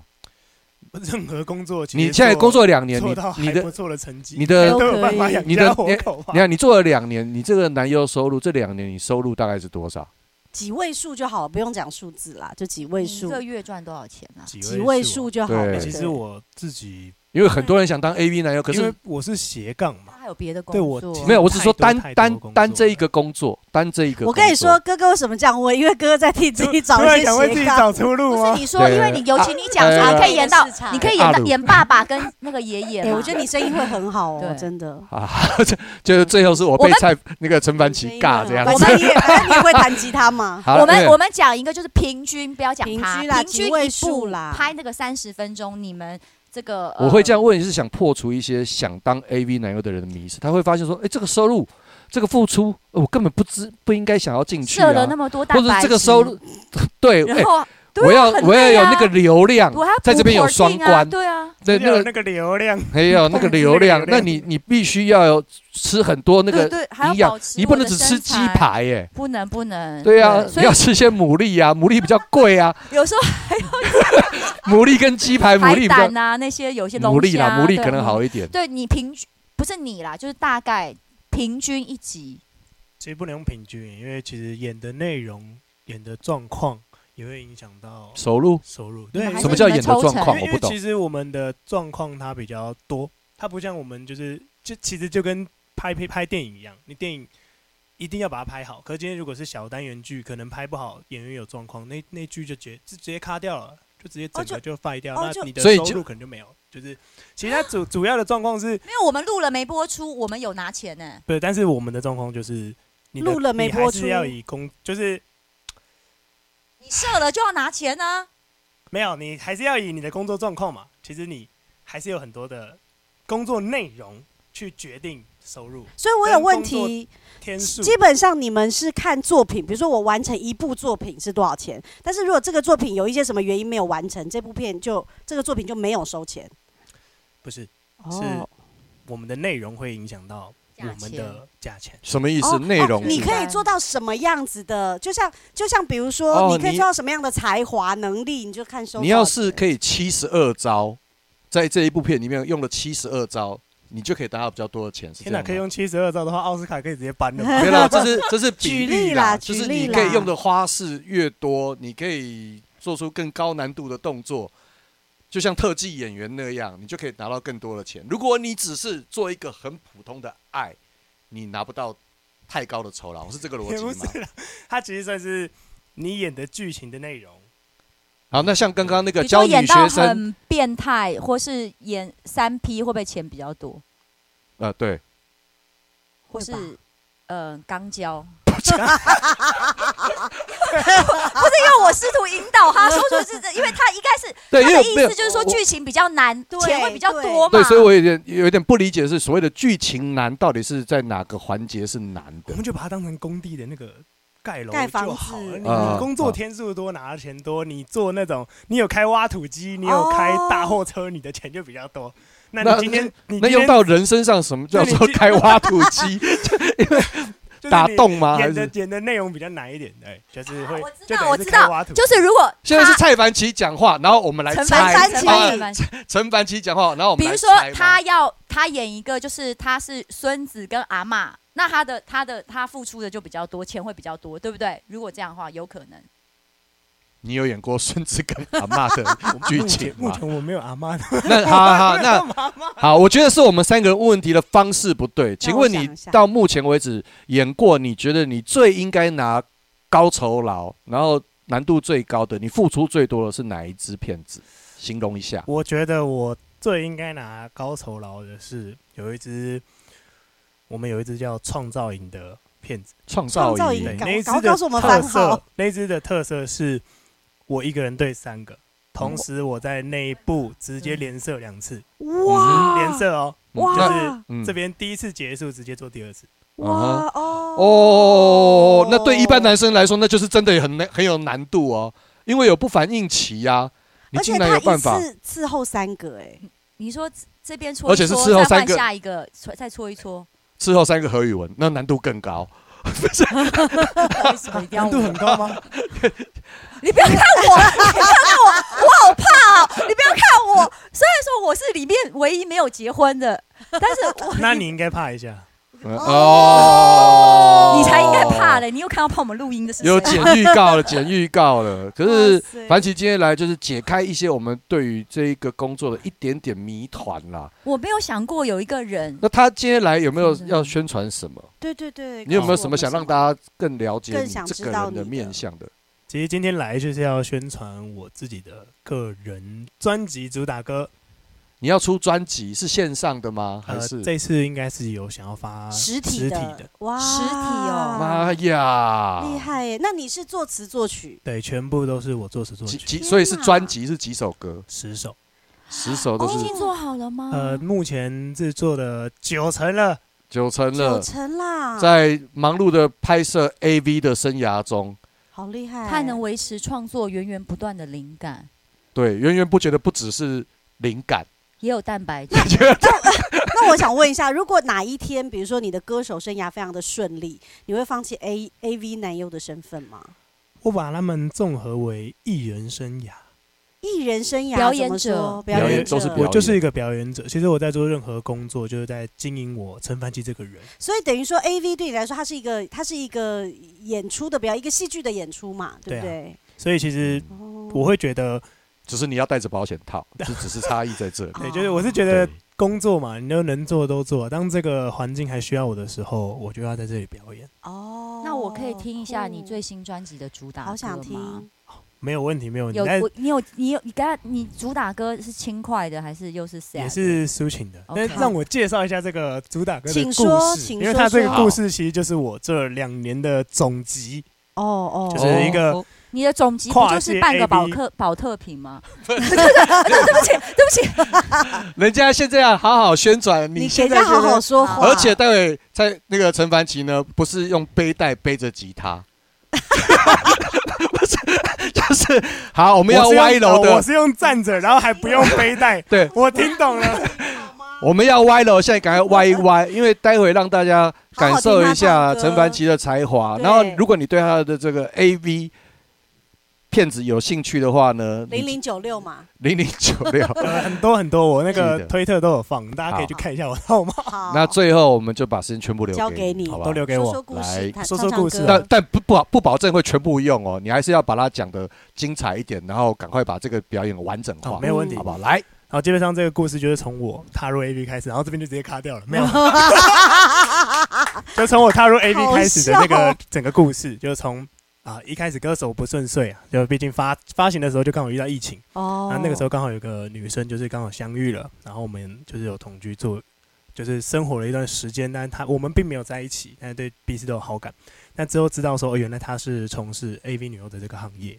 [SPEAKER 5] 任何工作，其实
[SPEAKER 3] 你现在
[SPEAKER 5] 做
[SPEAKER 3] 工作两年，
[SPEAKER 5] 做
[SPEAKER 3] 你
[SPEAKER 5] 到
[SPEAKER 3] 你
[SPEAKER 5] 还不
[SPEAKER 3] 的
[SPEAKER 5] 错的成绩，
[SPEAKER 3] 你的
[SPEAKER 5] 都有办法养
[SPEAKER 3] 你的
[SPEAKER 5] 家活口吧
[SPEAKER 3] 你？看你做了两年，你这个男优收入这两年你收入大概是多少？
[SPEAKER 4] 几位数就好，不用讲数字啦，就几位
[SPEAKER 1] 你一
[SPEAKER 4] 数，
[SPEAKER 1] 个月赚多少钱啊？
[SPEAKER 4] 几位数
[SPEAKER 5] 啊。
[SPEAKER 4] 就好
[SPEAKER 3] 对
[SPEAKER 4] 了。
[SPEAKER 5] 哎其实
[SPEAKER 4] 对
[SPEAKER 5] 我自己，
[SPEAKER 3] 因为很多人想当 A V 男优，可
[SPEAKER 5] 因
[SPEAKER 3] 是
[SPEAKER 5] 为我是斜杠嘛
[SPEAKER 1] 他，还有别的工
[SPEAKER 5] 对我
[SPEAKER 1] 作？
[SPEAKER 5] 其实
[SPEAKER 3] 没
[SPEAKER 4] 啊
[SPEAKER 3] 有，我只说单
[SPEAKER 5] 太多
[SPEAKER 3] 单
[SPEAKER 5] 工作
[SPEAKER 3] 单
[SPEAKER 5] 了
[SPEAKER 3] 这一个工作，单这一个。
[SPEAKER 4] 我跟你说，，哥哥为什么这样问？因为哥哥在替自己找
[SPEAKER 5] 突
[SPEAKER 4] 一
[SPEAKER 5] 然
[SPEAKER 4] 些
[SPEAKER 5] 想为自
[SPEAKER 4] 斜
[SPEAKER 5] 己
[SPEAKER 4] 杠。
[SPEAKER 5] 找出路
[SPEAKER 1] 不
[SPEAKER 5] 啊
[SPEAKER 1] 是
[SPEAKER 5] 吗？
[SPEAKER 1] 你说，因为你尤其你讲
[SPEAKER 3] 啊
[SPEAKER 1] 说
[SPEAKER 3] 呃
[SPEAKER 1] 你可以演到
[SPEAKER 4] 市，场
[SPEAKER 1] 你可以演
[SPEAKER 3] 阿
[SPEAKER 1] 到
[SPEAKER 3] 鲁
[SPEAKER 1] 演爸爸跟那个爷爷嘛。
[SPEAKER 4] 哎，我觉得你声音会很好哦
[SPEAKER 1] 对，
[SPEAKER 4] 真的。
[SPEAKER 3] 啊，这就是最后是我
[SPEAKER 1] 我
[SPEAKER 3] 被
[SPEAKER 1] 们
[SPEAKER 3] 蔡那个陈凡奇尬这样
[SPEAKER 4] 我
[SPEAKER 3] 子。
[SPEAKER 4] 们也，哎你也会弹吉他 吗？
[SPEAKER 3] 好了
[SPEAKER 1] 我
[SPEAKER 3] 对
[SPEAKER 1] 们我们讲一个就是平均，不要讲
[SPEAKER 4] 平
[SPEAKER 1] 他，
[SPEAKER 4] 均啦
[SPEAKER 1] 平均
[SPEAKER 4] 几位
[SPEAKER 1] 一
[SPEAKER 4] 数
[SPEAKER 1] 部
[SPEAKER 4] 啦
[SPEAKER 1] 拍那个三十分钟，你们这个、呃
[SPEAKER 3] 我会这样问，是想破除一些想当 AV 男优的人的迷思。他会发现说，哎，这个收入，这个付出，呃我根本不知不应该想要进去
[SPEAKER 1] 呃设了
[SPEAKER 3] 啊
[SPEAKER 1] 那，么多蛋
[SPEAKER 3] 或
[SPEAKER 1] 白质，
[SPEAKER 3] 者是这个收入， 对，哎
[SPEAKER 1] 然，后、对啊
[SPEAKER 3] 我要
[SPEAKER 1] 很
[SPEAKER 3] 我要
[SPEAKER 1] 累
[SPEAKER 3] 有
[SPEAKER 1] 啊
[SPEAKER 3] 那个流量
[SPEAKER 1] 我还要，
[SPEAKER 3] 在这边有
[SPEAKER 1] reporting
[SPEAKER 3] 双
[SPEAKER 1] 啊
[SPEAKER 3] 关，
[SPEAKER 1] 对啊，
[SPEAKER 3] 对，那
[SPEAKER 5] 要有
[SPEAKER 3] 个
[SPEAKER 5] 那个流量，
[SPEAKER 3] 还有那个流量，那你你必须要有吃很多那
[SPEAKER 1] 对
[SPEAKER 3] 个
[SPEAKER 1] 对，还要
[SPEAKER 3] 营养
[SPEAKER 1] 保持
[SPEAKER 3] 你
[SPEAKER 1] 我
[SPEAKER 3] 不能
[SPEAKER 1] 的
[SPEAKER 3] 只吃
[SPEAKER 1] 身
[SPEAKER 3] 鸡
[SPEAKER 1] 材，
[SPEAKER 3] 排耶、
[SPEAKER 1] 不能不能，
[SPEAKER 3] 对啊，
[SPEAKER 1] 所
[SPEAKER 3] 你
[SPEAKER 1] 以
[SPEAKER 3] 要吃些牡蛎啊，牡蛎比较贵 啊，
[SPEAKER 1] 有时候
[SPEAKER 3] 牡蛎跟鸡排，哎牡蛎
[SPEAKER 1] 海
[SPEAKER 3] 比较
[SPEAKER 1] 胆啊那些有一些
[SPEAKER 3] 牡
[SPEAKER 1] 龙
[SPEAKER 3] 蛎
[SPEAKER 1] 虾
[SPEAKER 3] 啦，
[SPEAKER 1] 啊，
[SPEAKER 3] 牡蛎
[SPEAKER 1] 对
[SPEAKER 3] 可能
[SPEAKER 1] 嗯
[SPEAKER 3] 好一点。
[SPEAKER 1] 对你平均不是你啦，就是大概平均一集，
[SPEAKER 5] 其实不能用平均，因为其实演的内容、演的状况也会影响到
[SPEAKER 3] 收入
[SPEAKER 5] 收入。
[SPEAKER 1] 你
[SPEAKER 5] 对
[SPEAKER 1] 们还，
[SPEAKER 3] 什么
[SPEAKER 1] 是
[SPEAKER 3] 叫
[SPEAKER 1] 你
[SPEAKER 3] 演
[SPEAKER 1] 们
[SPEAKER 3] 的
[SPEAKER 1] 抽
[SPEAKER 3] 状
[SPEAKER 1] 成
[SPEAKER 3] 况
[SPEAKER 5] 因为
[SPEAKER 3] 我不懂
[SPEAKER 5] 因为其实我们的状况它比较多，它不像我们就是就其实就跟拍拍拍电影一样，你电影一定要把它拍好。可是今天如果是小单元剧，可能拍不好，演员有状况，那那剧就直接直接卡掉了，就直接整
[SPEAKER 4] 就
[SPEAKER 5] 个就废掉，
[SPEAKER 4] 哦
[SPEAKER 5] 那
[SPEAKER 4] 就
[SPEAKER 5] 你的
[SPEAKER 3] 所以
[SPEAKER 5] 收
[SPEAKER 3] 就
[SPEAKER 5] 入可能就没有。就是其实它主主要的状况是，
[SPEAKER 1] 因为我们录了没播出，我们有拿钱呢、
[SPEAKER 5] 对，但是我们的状况就是你的
[SPEAKER 4] 录了没
[SPEAKER 5] 你还
[SPEAKER 4] 播
[SPEAKER 5] 是
[SPEAKER 4] 出
[SPEAKER 5] 要以工就是。
[SPEAKER 1] 你射了就要拿钱啊，
[SPEAKER 5] 没有，你还是要以你的工作状况嘛。其实你还是有很多的工作内容去决定收入
[SPEAKER 4] 所以我有问题，
[SPEAKER 5] 天数。
[SPEAKER 4] 基本上你们是看作品，比如说我完成一部作品是多少钱，但是如果这个作品有一些什么原因没有完成，这部片就这个作品就没有收钱。
[SPEAKER 5] 不是
[SPEAKER 4] 哦，
[SPEAKER 5] 我们的内容会影响到我
[SPEAKER 1] 价
[SPEAKER 5] 们
[SPEAKER 1] 钱
[SPEAKER 5] 的价钱。
[SPEAKER 3] 什么意思？
[SPEAKER 4] 哦
[SPEAKER 3] 内容
[SPEAKER 4] 哦你
[SPEAKER 3] 是
[SPEAKER 4] 可以做到什么样子的？就像就像比如说，
[SPEAKER 3] 哦
[SPEAKER 4] 你可以
[SPEAKER 3] 你
[SPEAKER 4] 做到什么样的才华能力，你就看收。
[SPEAKER 3] 你要是可以七十二招，在这一部片里面用了七十二招，你就可以达到比较多的钱。是这
[SPEAKER 5] 天哪，
[SPEAKER 3] 样
[SPEAKER 5] 可以
[SPEAKER 3] 吗？
[SPEAKER 5] 用七十二兆的话，奥斯卡可以直接搬了吧？
[SPEAKER 3] 没有啦，这是这是比
[SPEAKER 4] 举
[SPEAKER 3] 喻
[SPEAKER 4] 例啦
[SPEAKER 3] 就
[SPEAKER 4] 举
[SPEAKER 3] 是
[SPEAKER 4] 例
[SPEAKER 3] 你可以
[SPEAKER 4] 啦
[SPEAKER 3] 用的花式越多，你可以做出更高难度的动作，就像特技演员那样，你就可以拿到更多的钱。如果你只是做一个很普通的爱，你拿不到太高的酬劳，是这个逻
[SPEAKER 5] 也 不
[SPEAKER 3] 辑吗
[SPEAKER 5] 是？啦，它其实算是你演的剧情的内容。
[SPEAKER 3] 好，那像刚刚那个
[SPEAKER 1] 比如说
[SPEAKER 3] 教
[SPEAKER 1] 演
[SPEAKER 3] 女
[SPEAKER 1] 到
[SPEAKER 3] 学生，
[SPEAKER 1] 很变态，或是演三 P 会不会钱比较多，
[SPEAKER 3] 呃，对，
[SPEAKER 1] 或
[SPEAKER 4] 会吧
[SPEAKER 1] 是呃肛交？
[SPEAKER 4] 因为
[SPEAKER 1] 我试图引导他说出是，因为他应该是
[SPEAKER 3] 对，因
[SPEAKER 1] 他
[SPEAKER 3] 为
[SPEAKER 1] 的
[SPEAKER 3] 我没
[SPEAKER 1] 意
[SPEAKER 3] 有
[SPEAKER 1] 思就是说
[SPEAKER 3] 我
[SPEAKER 1] 剧情比较难，
[SPEAKER 4] 对
[SPEAKER 1] 钱会比较多嘛。
[SPEAKER 3] 对，所以我有点有点不理解，是所谓的剧情难到底是在哪个环节是难
[SPEAKER 5] 我
[SPEAKER 3] 的？
[SPEAKER 5] 们就把它当成工地的那个盖楼
[SPEAKER 4] 盖房
[SPEAKER 5] 就好
[SPEAKER 4] 子
[SPEAKER 5] 了。你
[SPEAKER 3] 啊
[SPEAKER 5] 你工作天数多，拿的钱多；你做那种，你有开挖土机，你有开大货车，你的钱就比较多。那
[SPEAKER 3] 哦那
[SPEAKER 5] 你今天，你今
[SPEAKER 3] 那
[SPEAKER 5] 天
[SPEAKER 3] 用到人身上，什么叫
[SPEAKER 5] 那你
[SPEAKER 3] 做
[SPEAKER 5] 今
[SPEAKER 3] 开挖土机？就因为
[SPEAKER 5] 就是
[SPEAKER 3] 打
[SPEAKER 5] 你
[SPEAKER 3] 洞吗？还
[SPEAKER 5] 演的
[SPEAKER 3] 是啊
[SPEAKER 5] 演的内容比较难一点，哎，就是会
[SPEAKER 1] 我知道
[SPEAKER 5] 就等于
[SPEAKER 1] 我
[SPEAKER 5] 是
[SPEAKER 1] 知
[SPEAKER 5] 开
[SPEAKER 1] 道
[SPEAKER 5] 挖土，
[SPEAKER 1] 就是如果
[SPEAKER 3] 现在是
[SPEAKER 1] 他
[SPEAKER 3] 蔡凡奇讲话，然后我们来
[SPEAKER 1] 陈
[SPEAKER 3] 猜
[SPEAKER 1] 凡
[SPEAKER 4] 凡
[SPEAKER 1] 陈
[SPEAKER 4] 奇
[SPEAKER 1] 凡
[SPEAKER 3] 啊
[SPEAKER 1] 陈凡奇
[SPEAKER 3] 陈凡奇讲话，然后我们
[SPEAKER 1] 比
[SPEAKER 3] 来
[SPEAKER 1] 如说
[SPEAKER 3] 猜吗
[SPEAKER 1] 他要他演一个，就是他是孙子跟阿嬷，那他的他的他付出的就比较多，钱会比较多，对不对？如果这样的话，有可能。
[SPEAKER 3] 你有演过孙子跟阿嬷 的剧
[SPEAKER 5] 啊目
[SPEAKER 3] 情
[SPEAKER 5] 前目
[SPEAKER 3] 吗？
[SPEAKER 5] 前我没有阿妈的，
[SPEAKER 3] 那好好好，那好，我觉得是我们三个问题的方式不对。请问
[SPEAKER 4] 让我
[SPEAKER 3] 你
[SPEAKER 4] 想一下
[SPEAKER 3] 到目前为止演过，你觉得你最应该拿高酬劳，然后难度最高的，你付出最多的是哪一支片子？形容一下。
[SPEAKER 5] 我觉得我最应该拿高酬劳的是有一支，我们有一支叫《创造营》的片子，
[SPEAKER 3] 创
[SPEAKER 4] 创造
[SPEAKER 3] 造
[SPEAKER 4] 营
[SPEAKER 3] 营
[SPEAKER 5] 对，
[SPEAKER 4] 赶
[SPEAKER 5] 那一
[SPEAKER 4] 赶快
[SPEAKER 5] 支的
[SPEAKER 4] 告诉我们
[SPEAKER 5] 特
[SPEAKER 4] 番号
[SPEAKER 5] 色，那一支的特色是我一个人对三个，同时我在内部直接连射两次，
[SPEAKER 4] 哇，
[SPEAKER 5] 连射哦，
[SPEAKER 4] 哇
[SPEAKER 5] 就是
[SPEAKER 3] 嗯
[SPEAKER 5] 这边第一次结束直接做第二次，
[SPEAKER 3] 啊
[SPEAKER 4] 哇哦
[SPEAKER 3] 哦，那对一般男生来说，那就是真的很难很有难度哦，因为有不反应期呀、你
[SPEAKER 4] 而
[SPEAKER 3] 竟
[SPEAKER 4] 且
[SPEAKER 3] 然
[SPEAKER 4] 他
[SPEAKER 3] 有
[SPEAKER 4] 一
[SPEAKER 3] 办法，
[SPEAKER 4] 次伺候三个哎，
[SPEAKER 1] 你说这这边搓
[SPEAKER 3] 而
[SPEAKER 1] 一
[SPEAKER 3] 且是
[SPEAKER 1] 搓，
[SPEAKER 3] 伺候
[SPEAKER 1] 再
[SPEAKER 3] 三
[SPEAKER 1] 换
[SPEAKER 3] 个
[SPEAKER 1] 下一个，搓再搓一搓，
[SPEAKER 3] 之后三个何宇文，那难度更高。
[SPEAKER 1] 为什么一定要
[SPEAKER 5] 难度很
[SPEAKER 1] 我？
[SPEAKER 5] 高吗？
[SPEAKER 1] 你不要看我，你不要看我，我 好怕哦！你不要看我，虽然说我是里面唯一没有结婚的，但是我
[SPEAKER 5] 那你应该怕一下，
[SPEAKER 3] 嗯 哦
[SPEAKER 1] 你才应该怕。嘞！你有看到怕我们录音的是谁
[SPEAKER 3] 有剪预告了，剪预告了。 可是
[SPEAKER 4] 哇塞
[SPEAKER 3] 凡奇今天来就是解开一些我们对于这一个工作的一点点谜团啦。
[SPEAKER 1] 我没有想过有一个人
[SPEAKER 3] 那他今天来有没有
[SPEAKER 1] 真的
[SPEAKER 3] 要宣传什么？
[SPEAKER 4] 对对对，
[SPEAKER 3] 你有没有
[SPEAKER 4] 告诉
[SPEAKER 3] 什
[SPEAKER 4] 我
[SPEAKER 3] 么
[SPEAKER 4] 们
[SPEAKER 3] 想让大家更了解
[SPEAKER 4] 更
[SPEAKER 3] 你
[SPEAKER 4] 想
[SPEAKER 3] 这
[SPEAKER 4] 知
[SPEAKER 3] 个
[SPEAKER 4] 道
[SPEAKER 3] 人的
[SPEAKER 4] 你
[SPEAKER 3] 面
[SPEAKER 4] 的
[SPEAKER 3] 相的？
[SPEAKER 5] 其实今天来就是要宣传我自己的个人专辑主打歌，
[SPEAKER 3] 你要出专辑是线上的吗？还
[SPEAKER 5] 呃，
[SPEAKER 3] 是？
[SPEAKER 5] 这次应该是有想要发
[SPEAKER 4] 实体
[SPEAKER 5] 实体
[SPEAKER 4] 的
[SPEAKER 5] 的，
[SPEAKER 4] 哇，
[SPEAKER 1] 实体哦
[SPEAKER 3] 妈哎呀！
[SPEAKER 4] 啊厉害耶！那你是作词作曲？
[SPEAKER 5] 对，全部都是我作词作
[SPEAKER 3] 几
[SPEAKER 5] 曲，
[SPEAKER 3] 几，
[SPEAKER 4] 天
[SPEAKER 3] 所以是
[SPEAKER 4] 哪
[SPEAKER 3] 专辑是几首歌？
[SPEAKER 5] 十首。
[SPEAKER 3] 十首都
[SPEAKER 1] 已
[SPEAKER 3] 是
[SPEAKER 4] 哦
[SPEAKER 1] 经做好了吗？
[SPEAKER 5] 呃，目前制作的九成了，
[SPEAKER 3] 九成
[SPEAKER 4] 九
[SPEAKER 3] 了，
[SPEAKER 4] 成啦，
[SPEAKER 3] 在忙碌的拍摄 AV 的生涯中，
[SPEAKER 4] 好厉害！
[SPEAKER 1] 太能维持创作源源不断的灵感，
[SPEAKER 3] 对源源不绝的不只是灵感，
[SPEAKER 1] 也有蛋白 质。
[SPEAKER 4] 那我想问一下，如果哪一天，比如说你的歌手生涯非常的顺利，你会放弃 A A V 男优的身份吗？
[SPEAKER 5] 我把他们综合为艺人生涯。
[SPEAKER 4] 艺人生涯
[SPEAKER 1] 表演
[SPEAKER 4] 怎么说
[SPEAKER 1] 者
[SPEAKER 4] 表
[SPEAKER 5] 表
[SPEAKER 4] 演
[SPEAKER 5] 演
[SPEAKER 4] 者
[SPEAKER 3] 都是表
[SPEAKER 5] 我
[SPEAKER 3] 演
[SPEAKER 5] 就是一个表演者，其实我在做任何工作，就是在经营我陈凡奇这个人。
[SPEAKER 4] 所以等于说 A V 对你来说，它是一个它是一个演出的表演，一个戏剧的演出嘛，对不对？
[SPEAKER 5] 所以其实
[SPEAKER 4] 哦
[SPEAKER 3] 嗯
[SPEAKER 5] 我会觉得，
[SPEAKER 3] 只是你要带着保险套， 这只是差异在这里。
[SPEAKER 5] 对，
[SPEAKER 4] 哦
[SPEAKER 5] 就是我是觉
[SPEAKER 3] 对
[SPEAKER 5] 得，工作嘛，你都能做都做，当这个环境还需要我的时候，我就要在这里表演，
[SPEAKER 4] 哦
[SPEAKER 1] 那我可以听一下你
[SPEAKER 4] 酷哦
[SPEAKER 1] 最新专辑的主打歌吗？
[SPEAKER 4] 好想听，
[SPEAKER 5] 没有问题，没有问题。
[SPEAKER 1] 有
[SPEAKER 5] 但
[SPEAKER 1] 我，你有你有你刚才你主打歌是轻快的还是又是 sad？
[SPEAKER 5] 也是抒情的。那
[SPEAKER 1] OK
[SPEAKER 5] 让我介绍一下这个主打歌的
[SPEAKER 4] 请
[SPEAKER 5] 故
[SPEAKER 4] 说
[SPEAKER 5] 事，
[SPEAKER 4] 请
[SPEAKER 5] 因为
[SPEAKER 4] 说
[SPEAKER 5] 它这个
[SPEAKER 3] 说
[SPEAKER 5] 故事其实就是我这两年的总集，
[SPEAKER 4] 哦哦，
[SPEAKER 5] 就是一个
[SPEAKER 3] 哦
[SPEAKER 1] 你的总集不就是半个保
[SPEAKER 5] 跨界
[SPEAKER 1] 特保特瓶 吗？ 对对对，对不起对不起，
[SPEAKER 3] 人家现在要好好宣传，
[SPEAKER 4] 你给
[SPEAKER 3] 现
[SPEAKER 4] 他
[SPEAKER 3] 在
[SPEAKER 4] 好
[SPEAKER 3] 就是
[SPEAKER 4] 好说话，
[SPEAKER 3] 而且待会在那个陈凡奇呢，不是用背带背着吉他， 不是， 就是好，我们要
[SPEAKER 5] 我是用
[SPEAKER 3] 歪楼
[SPEAKER 5] 我
[SPEAKER 3] 的，，
[SPEAKER 5] 是用站着，然后还不用背带
[SPEAKER 3] 对，
[SPEAKER 5] 我听 懂了。
[SPEAKER 3] 我们要歪了，现在赶快歪一歪，因为待会让大家感受一
[SPEAKER 4] 好
[SPEAKER 3] 下
[SPEAKER 4] 好听他唱歌
[SPEAKER 3] 陈凡奇的才华。
[SPEAKER 4] 对
[SPEAKER 3] 然后，如果你对他的这个 AV 片子有兴趣的话呢，
[SPEAKER 4] 零零九六 嘛，
[SPEAKER 3] 零零九六。
[SPEAKER 5] 呃很多很多，我那
[SPEAKER 3] 记
[SPEAKER 5] 个
[SPEAKER 3] 得
[SPEAKER 5] 推特都有放，大家可以去看一下我的号码。
[SPEAKER 4] 好，
[SPEAKER 3] 那最后我们就把时间全部留
[SPEAKER 4] 哦交给
[SPEAKER 3] 你，
[SPEAKER 4] 你
[SPEAKER 3] 好不好
[SPEAKER 5] 都？留给
[SPEAKER 4] 说
[SPEAKER 5] 我
[SPEAKER 4] 说。故
[SPEAKER 3] 来
[SPEAKER 4] 事，他
[SPEAKER 5] 说
[SPEAKER 4] 唱
[SPEAKER 5] 说
[SPEAKER 4] 唱
[SPEAKER 5] 故事啊
[SPEAKER 4] 歌
[SPEAKER 3] 但但不不保不保证会全部用哦，你还是要把它讲的精彩一点，然后赶快把这个表演完整化，
[SPEAKER 5] 哦好没有问题
[SPEAKER 3] 好不好？来，
[SPEAKER 5] 然后基本上这个故事就是从我踏入 A B 开始，然后这边就直接卡掉了，没有，就从我踏入 A B 开始的那
[SPEAKER 4] 好
[SPEAKER 5] 个整个故事，就是从啊一开始歌手不顺遂啊，就毕竟发发行的时候就刚好遇到疫情，
[SPEAKER 4] 哦
[SPEAKER 5] 啊然后那个时候刚好有个女生就是刚好相遇了，然后我们就是有同居做，就是生活了一段时间，但是她我们并没有在一起，但是对彼此都有好感。那之后知道说，哦，原来她是从事 AV 女优的这个行业，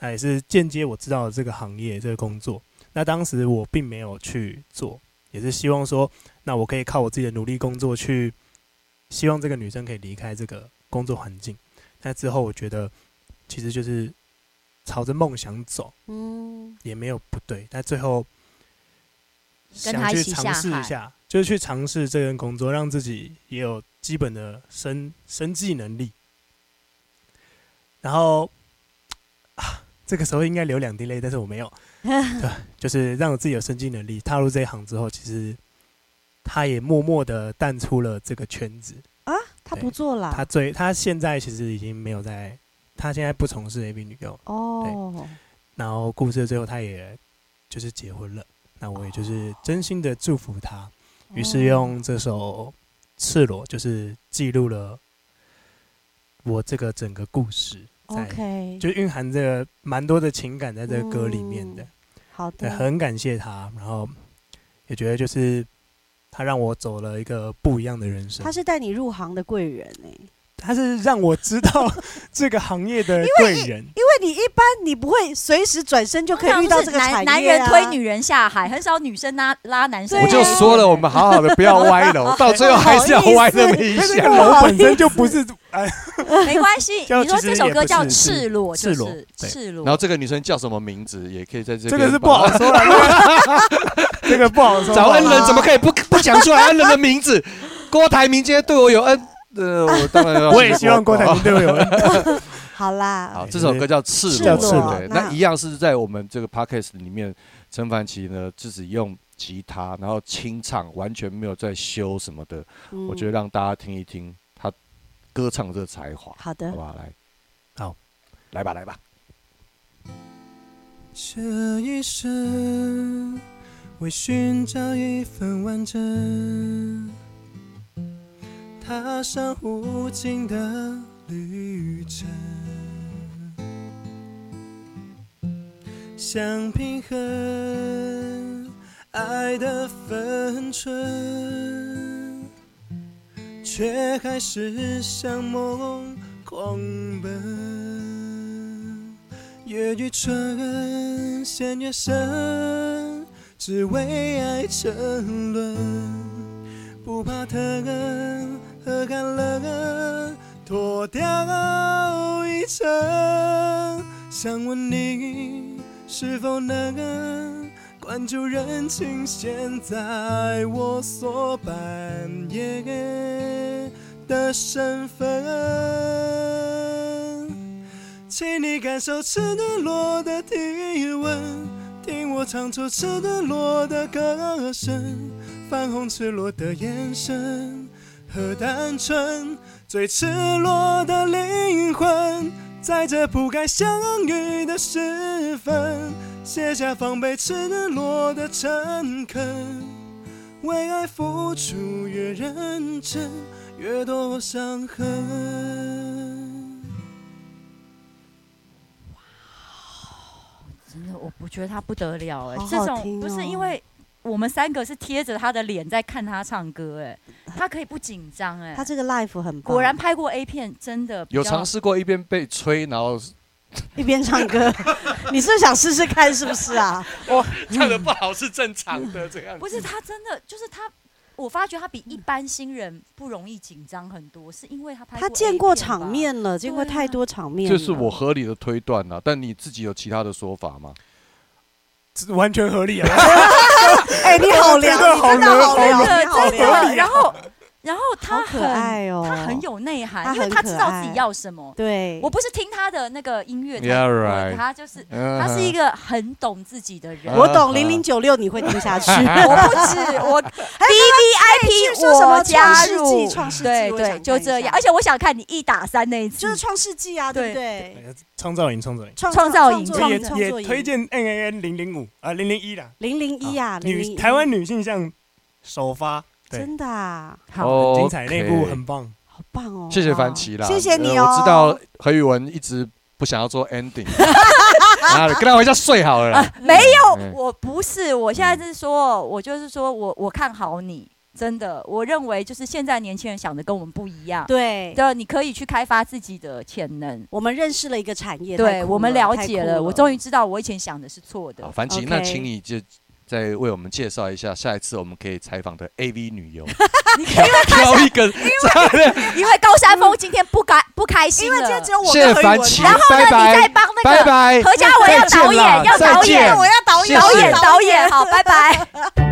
[SPEAKER 5] 那也是间接我知道了这个行业这个工作。那当时我并没有去做，也是希望说，那我可以靠我自己的努力工作去，希望这个女生可以离开这个工作环境。那之后我觉得，其实就是朝着梦想走。
[SPEAKER 4] 嗯，
[SPEAKER 5] 也没有不对，但最后
[SPEAKER 1] 跟他
[SPEAKER 5] 想
[SPEAKER 1] 一
[SPEAKER 5] 去
[SPEAKER 1] 起下
[SPEAKER 5] 尝试一
[SPEAKER 1] 海
[SPEAKER 5] 下，就是去尝试这份工作，让自己也有基本的生生计能力。然后 啊，这个时候应该流两滴泪，但是我没有，对，就是让我自己有生计能力。踏入这一行之后，其实他也默默的淡出了这个圈子。
[SPEAKER 4] 啊， 他不
[SPEAKER 5] 对
[SPEAKER 4] 做了
[SPEAKER 5] 他最他现在其实已经没有在，他现在不从事 AV 女优。
[SPEAKER 4] 哦，
[SPEAKER 5] 然后故事的最后，他也就是结婚了。那我也就是真心的祝福
[SPEAKER 4] 哦
[SPEAKER 5] 他。于是用这首《赤裸》就是记录了我这个整个故事，在
[SPEAKER 4] 哦 OK，
[SPEAKER 5] 就蕴含着蛮多的情感在这个歌里面
[SPEAKER 4] 嗯
[SPEAKER 5] 的。
[SPEAKER 4] 好
[SPEAKER 5] 对，
[SPEAKER 4] 的，
[SPEAKER 5] 很感谢他，然后也觉得就是他让我走了一个不一样的人生。
[SPEAKER 4] 他是带你入行的贵人哎、
[SPEAKER 5] 他是让我知道 这个行业的贵人，
[SPEAKER 4] 因为你一般你不会随时转身就可以遇到这个产业、啊、
[SPEAKER 1] 男男人推女人下海，很少女生拉拉男生。
[SPEAKER 5] 啊
[SPEAKER 4] 对啊
[SPEAKER 3] 我就说了，我们好好的不要歪楼，到最后还是要歪那么 一
[SPEAKER 5] 这
[SPEAKER 3] 下
[SPEAKER 5] 个。
[SPEAKER 4] 不
[SPEAKER 5] 楼
[SPEAKER 4] 好
[SPEAKER 5] 本身
[SPEAKER 4] 意
[SPEAKER 5] 就不是哎，
[SPEAKER 1] 没关系。你
[SPEAKER 5] 就
[SPEAKER 1] 说
[SPEAKER 5] 其实
[SPEAKER 1] 这首
[SPEAKER 5] 也
[SPEAKER 1] 歌
[SPEAKER 5] 不
[SPEAKER 1] 叫《
[SPEAKER 5] 是
[SPEAKER 1] 赤
[SPEAKER 5] 是
[SPEAKER 1] 裸》，就
[SPEAKER 5] 赤裸
[SPEAKER 1] 是
[SPEAKER 5] 对
[SPEAKER 1] 赤裸。
[SPEAKER 3] 然后这个女生叫什么名字，也可以在这
[SPEAKER 5] 这
[SPEAKER 3] 边
[SPEAKER 5] 个是不好说 了，这个这个不好说。
[SPEAKER 3] 找恩
[SPEAKER 5] 了，
[SPEAKER 3] 人怎么可以不不讲出来恩人的名字？郭台铭今天对我有恩，呃，我当然要
[SPEAKER 5] 我也希望郭台铭对我有恩。
[SPEAKER 4] 好啦，
[SPEAKER 3] 好，这首歌叫《赤裸》，
[SPEAKER 5] 叫赤裸
[SPEAKER 3] 对，
[SPEAKER 4] 那
[SPEAKER 3] 那一样是在我们这个 podcast 里面，陈凡奇呢自己用吉他，然后清唱，完全没有在修什么的，
[SPEAKER 4] 嗯
[SPEAKER 3] 我觉得让大家听一听他歌唱的这个才华，
[SPEAKER 4] 好的
[SPEAKER 3] 好不好？来，
[SPEAKER 5] 好，
[SPEAKER 3] 来吧，来吧，
[SPEAKER 5] 这一生为寻找一份完整，踏上无尽的旅程，想平衡爱的分寸，却还是向梦狂奔。越愚蠢，陷越深，只为爱沉沦。不怕疼和寒冷，脱掉一层。想问你是否能关注人情，现在我所扮演的身份。请你感受赤裸的体温，听我唱出赤裸的歌声，泛红赤裸的眼神和单纯，最赤裸的灵魂，在这不该相遇的时分，卸下防备，赤裸的诚恳，为爱付出越认真，越多伤痕。
[SPEAKER 1] 真的，我不觉得他不得了哎、
[SPEAKER 4] 好好
[SPEAKER 1] 这种
[SPEAKER 4] 听
[SPEAKER 1] 不是
[SPEAKER 4] 哦
[SPEAKER 1] 因为我们三个是贴着他的脸在看他唱歌哎、他可以不紧张哎。
[SPEAKER 4] 他这个 life 很棒，
[SPEAKER 1] 果然拍过 A 片，真的比
[SPEAKER 3] 有
[SPEAKER 1] 较
[SPEAKER 3] 尝试过一边被吹，然后
[SPEAKER 4] 一边 唱歌，你是不是想试试看是不是啊？
[SPEAKER 3] 唱的不好是正常的，这样
[SPEAKER 1] 不是他真的就是他，我发觉他比一般新人不容易紧张很多，是因为他拍
[SPEAKER 4] 他
[SPEAKER 1] A
[SPEAKER 4] 见过
[SPEAKER 1] 片吧
[SPEAKER 4] 场，面了，见过
[SPEAKER 1] 对啊
[SPEAKER 4] 太多场面了，
[SPEAKER 3] 这是我合理的推断啦，但你自己有其他的说法吗？
[SPEAKER 5] 完全合理啊！
[SPEAKER 4] 哎、你好聊，
[SPEAKER 5] 这个
[SPEAKER 4] 你真的好
[SPEAKER 5] 好
[SPEAKER 4] 聊，
[SPEAKER 1] 真
[SPEAKER 4] 你
[SPEAKER 1] 的
[SPEAKER 4] 好
[SPEAKER 1] 真
[SPEAKER 4] 聊，
[SPEAKER 1] 的，然后然后他
[SPEAKER 4] 好可
[SPEAKER 1] 很
[SPEAKER 4] 爱哦，
[SPEAKER 1] 他很有内涵，
[SPEAKER 4] 他
[SPEAKER 1] 因为
[SPEAKER 4] 很
[SPEAKER 1] 他
[SPEAKER 4] 可
[SPEAKER 1] 知道自己
[SPEAKER 4] 爱
[SPEAKER 1] 要什么。
[SPEAKER 4] 对，
[SPEAKER 1] 我不是听他的那个音乐才
[SPEAKER 3] Yeah,
[SPEAKER 1] 会
[SPEAKER 3] right. 嗯
[SPEAKER 1] 他就是他
[SPEAKER 3] 他
[SPEAKER 1] 是一个很懂自己的
[SPEAKER 3] 啊
[SPEAKER 1] 人。
[SPEAKER 4] 我懂零零九六，你会听下 去。
[SPEAKER 1] 我不止 我
[SPEAKER 4] 哎去说
[SPEAKER 1] VIP
[SPEAKER 4] 什么
[SPEAKER 1] 我加
[SPEAKER 4] 创世纪
[SPEAKER 1] 入，
[SPEAKER 4] 创世纪
[SPEAKER 1] 对
[SPEAKER 4] 我也
[SPEAKER 1] 对，
[SPEAKER 4] 想
[SPEAKER 1] 就
[SPEAKER 4] 看一
[SPEAKER 1] 这
[SPEAKER 4] 下
[SPEAKER 1] 样。而且我想看你一打三那一次，
[SPEAKER 4] 就是创世纪啊，对不对？
[SPEAKER 5] 创造营，创造营，
[SPEAKER 4] 创
[SPEAKER 1] 创造营
[SPEAKER 4] 创
[SPEAKER 1] 创
[SPEAKER 5] 也
[SPEAKER 4] 造
[SPEAKER 5] 也
[SPEAKER 4] 营
[SPEAKER 5] 推荐 N A N 零零五啊零零一啦，
[SPEAKER 4] 零零一啊，
[SPEAKER 5] 女
[SPEAKER 4] 001
[SPEAKER 5] 台湾女性向首发，对，
[SPEAKER 4] 真的啊，
[SPEAKER 3] 嗯
[SPEAKER 1] 好，
[SPEAKER 5] 很精
[SPEAKER 3] 哦
[SPEAKER 5] 彩那部很棒，
[SPEAKER 4] 好棒哦！
[SPEAKER 3] 谢谢
[SPEAKER 4] 哇
[SPEAKER 3] 凡奇啦，
[SPEAKER 4] 谢谢你
[SPEAKER 3] 呃
[SPEAKER 4] 哦。
[SPEAKER 3] 我知道何宇文一直不想要做 ending，啊，跟他回家睡好了
[SPEAKER 4] 啊
[SPEAKER 3] 啦。
[SPEAKER 1] 啊没有
[SPEAKER 3] 嗯，
[SPEAKER 1] 我不是，我现在是说，我就是说我我看好你，真的，我认为就是现在年轻人想的跟我们不一样。
[SPEAKER 4] 对，
[SPEAKER 1] 的，你可以去开发自己的潜能。
[SPEAKER 4] 我们认识了一个产业，太
[SPEAKER 1] 对
[SPEAKER 4] 酷
[SPEAKER 1] 我们了
[SPEAKER 4] 太
[SPEAKER 1] 解
[SPEAKER 4] 酷
[SPEAKER 1] 了，
[SPEAKER 4] 了，
[SPEAKER 1] 我终于知道我以前想的是错
[SPEAKER 3] 好，
[SPEAKER 1] 的。
[SPEAKER 3] 凡奇
[SPEAKER 4] OK，
[SPEAKER 3] 那请你就再为我们介绍一下，下一次我们可以采访的 AV 女优，
[SPEAKER 1] 你 因为
[SPEAKER 3] 挑一个。
[SPEAKER 1] 因为高山峰今天不开不开心
[SPEAKER 4] 因
[SPEAKER 1] 了，
[SPEAKER 4] 为今天只有我
[SPEAKER 3] 谢谢
[SPEAKER 4] 跟何宇
[SPEAKER 3] 凡
[SPEAKER 4] 文
[SPEAKER 3] 奇，
[SPEAKER 4] 啊，
[SPEAKER 3] 拜
[SPEAKER 1] 你在
[SPEAKER 3] 拜，
[SPEAKER 1] 帮那
[SPEAKER 3] 拜
[SPEAKER 1] 个
[SPEAKER 3] 拜，
[SPEAKER 1] 何家文要导演，要
[SPEAKER 3] 再
[SPEAKER 1] 导
[SPEAKER 3] 见
[SPEAKER 1] 演，
[SPEAKER 4] 我要导
[SPEAKER 3] 谢
[SPEAKER 4] 演，
[SPEAKER 1] 导
[SPEAKER 3] 谢
[SPEAKER 1] 演，导演，好，拜拜。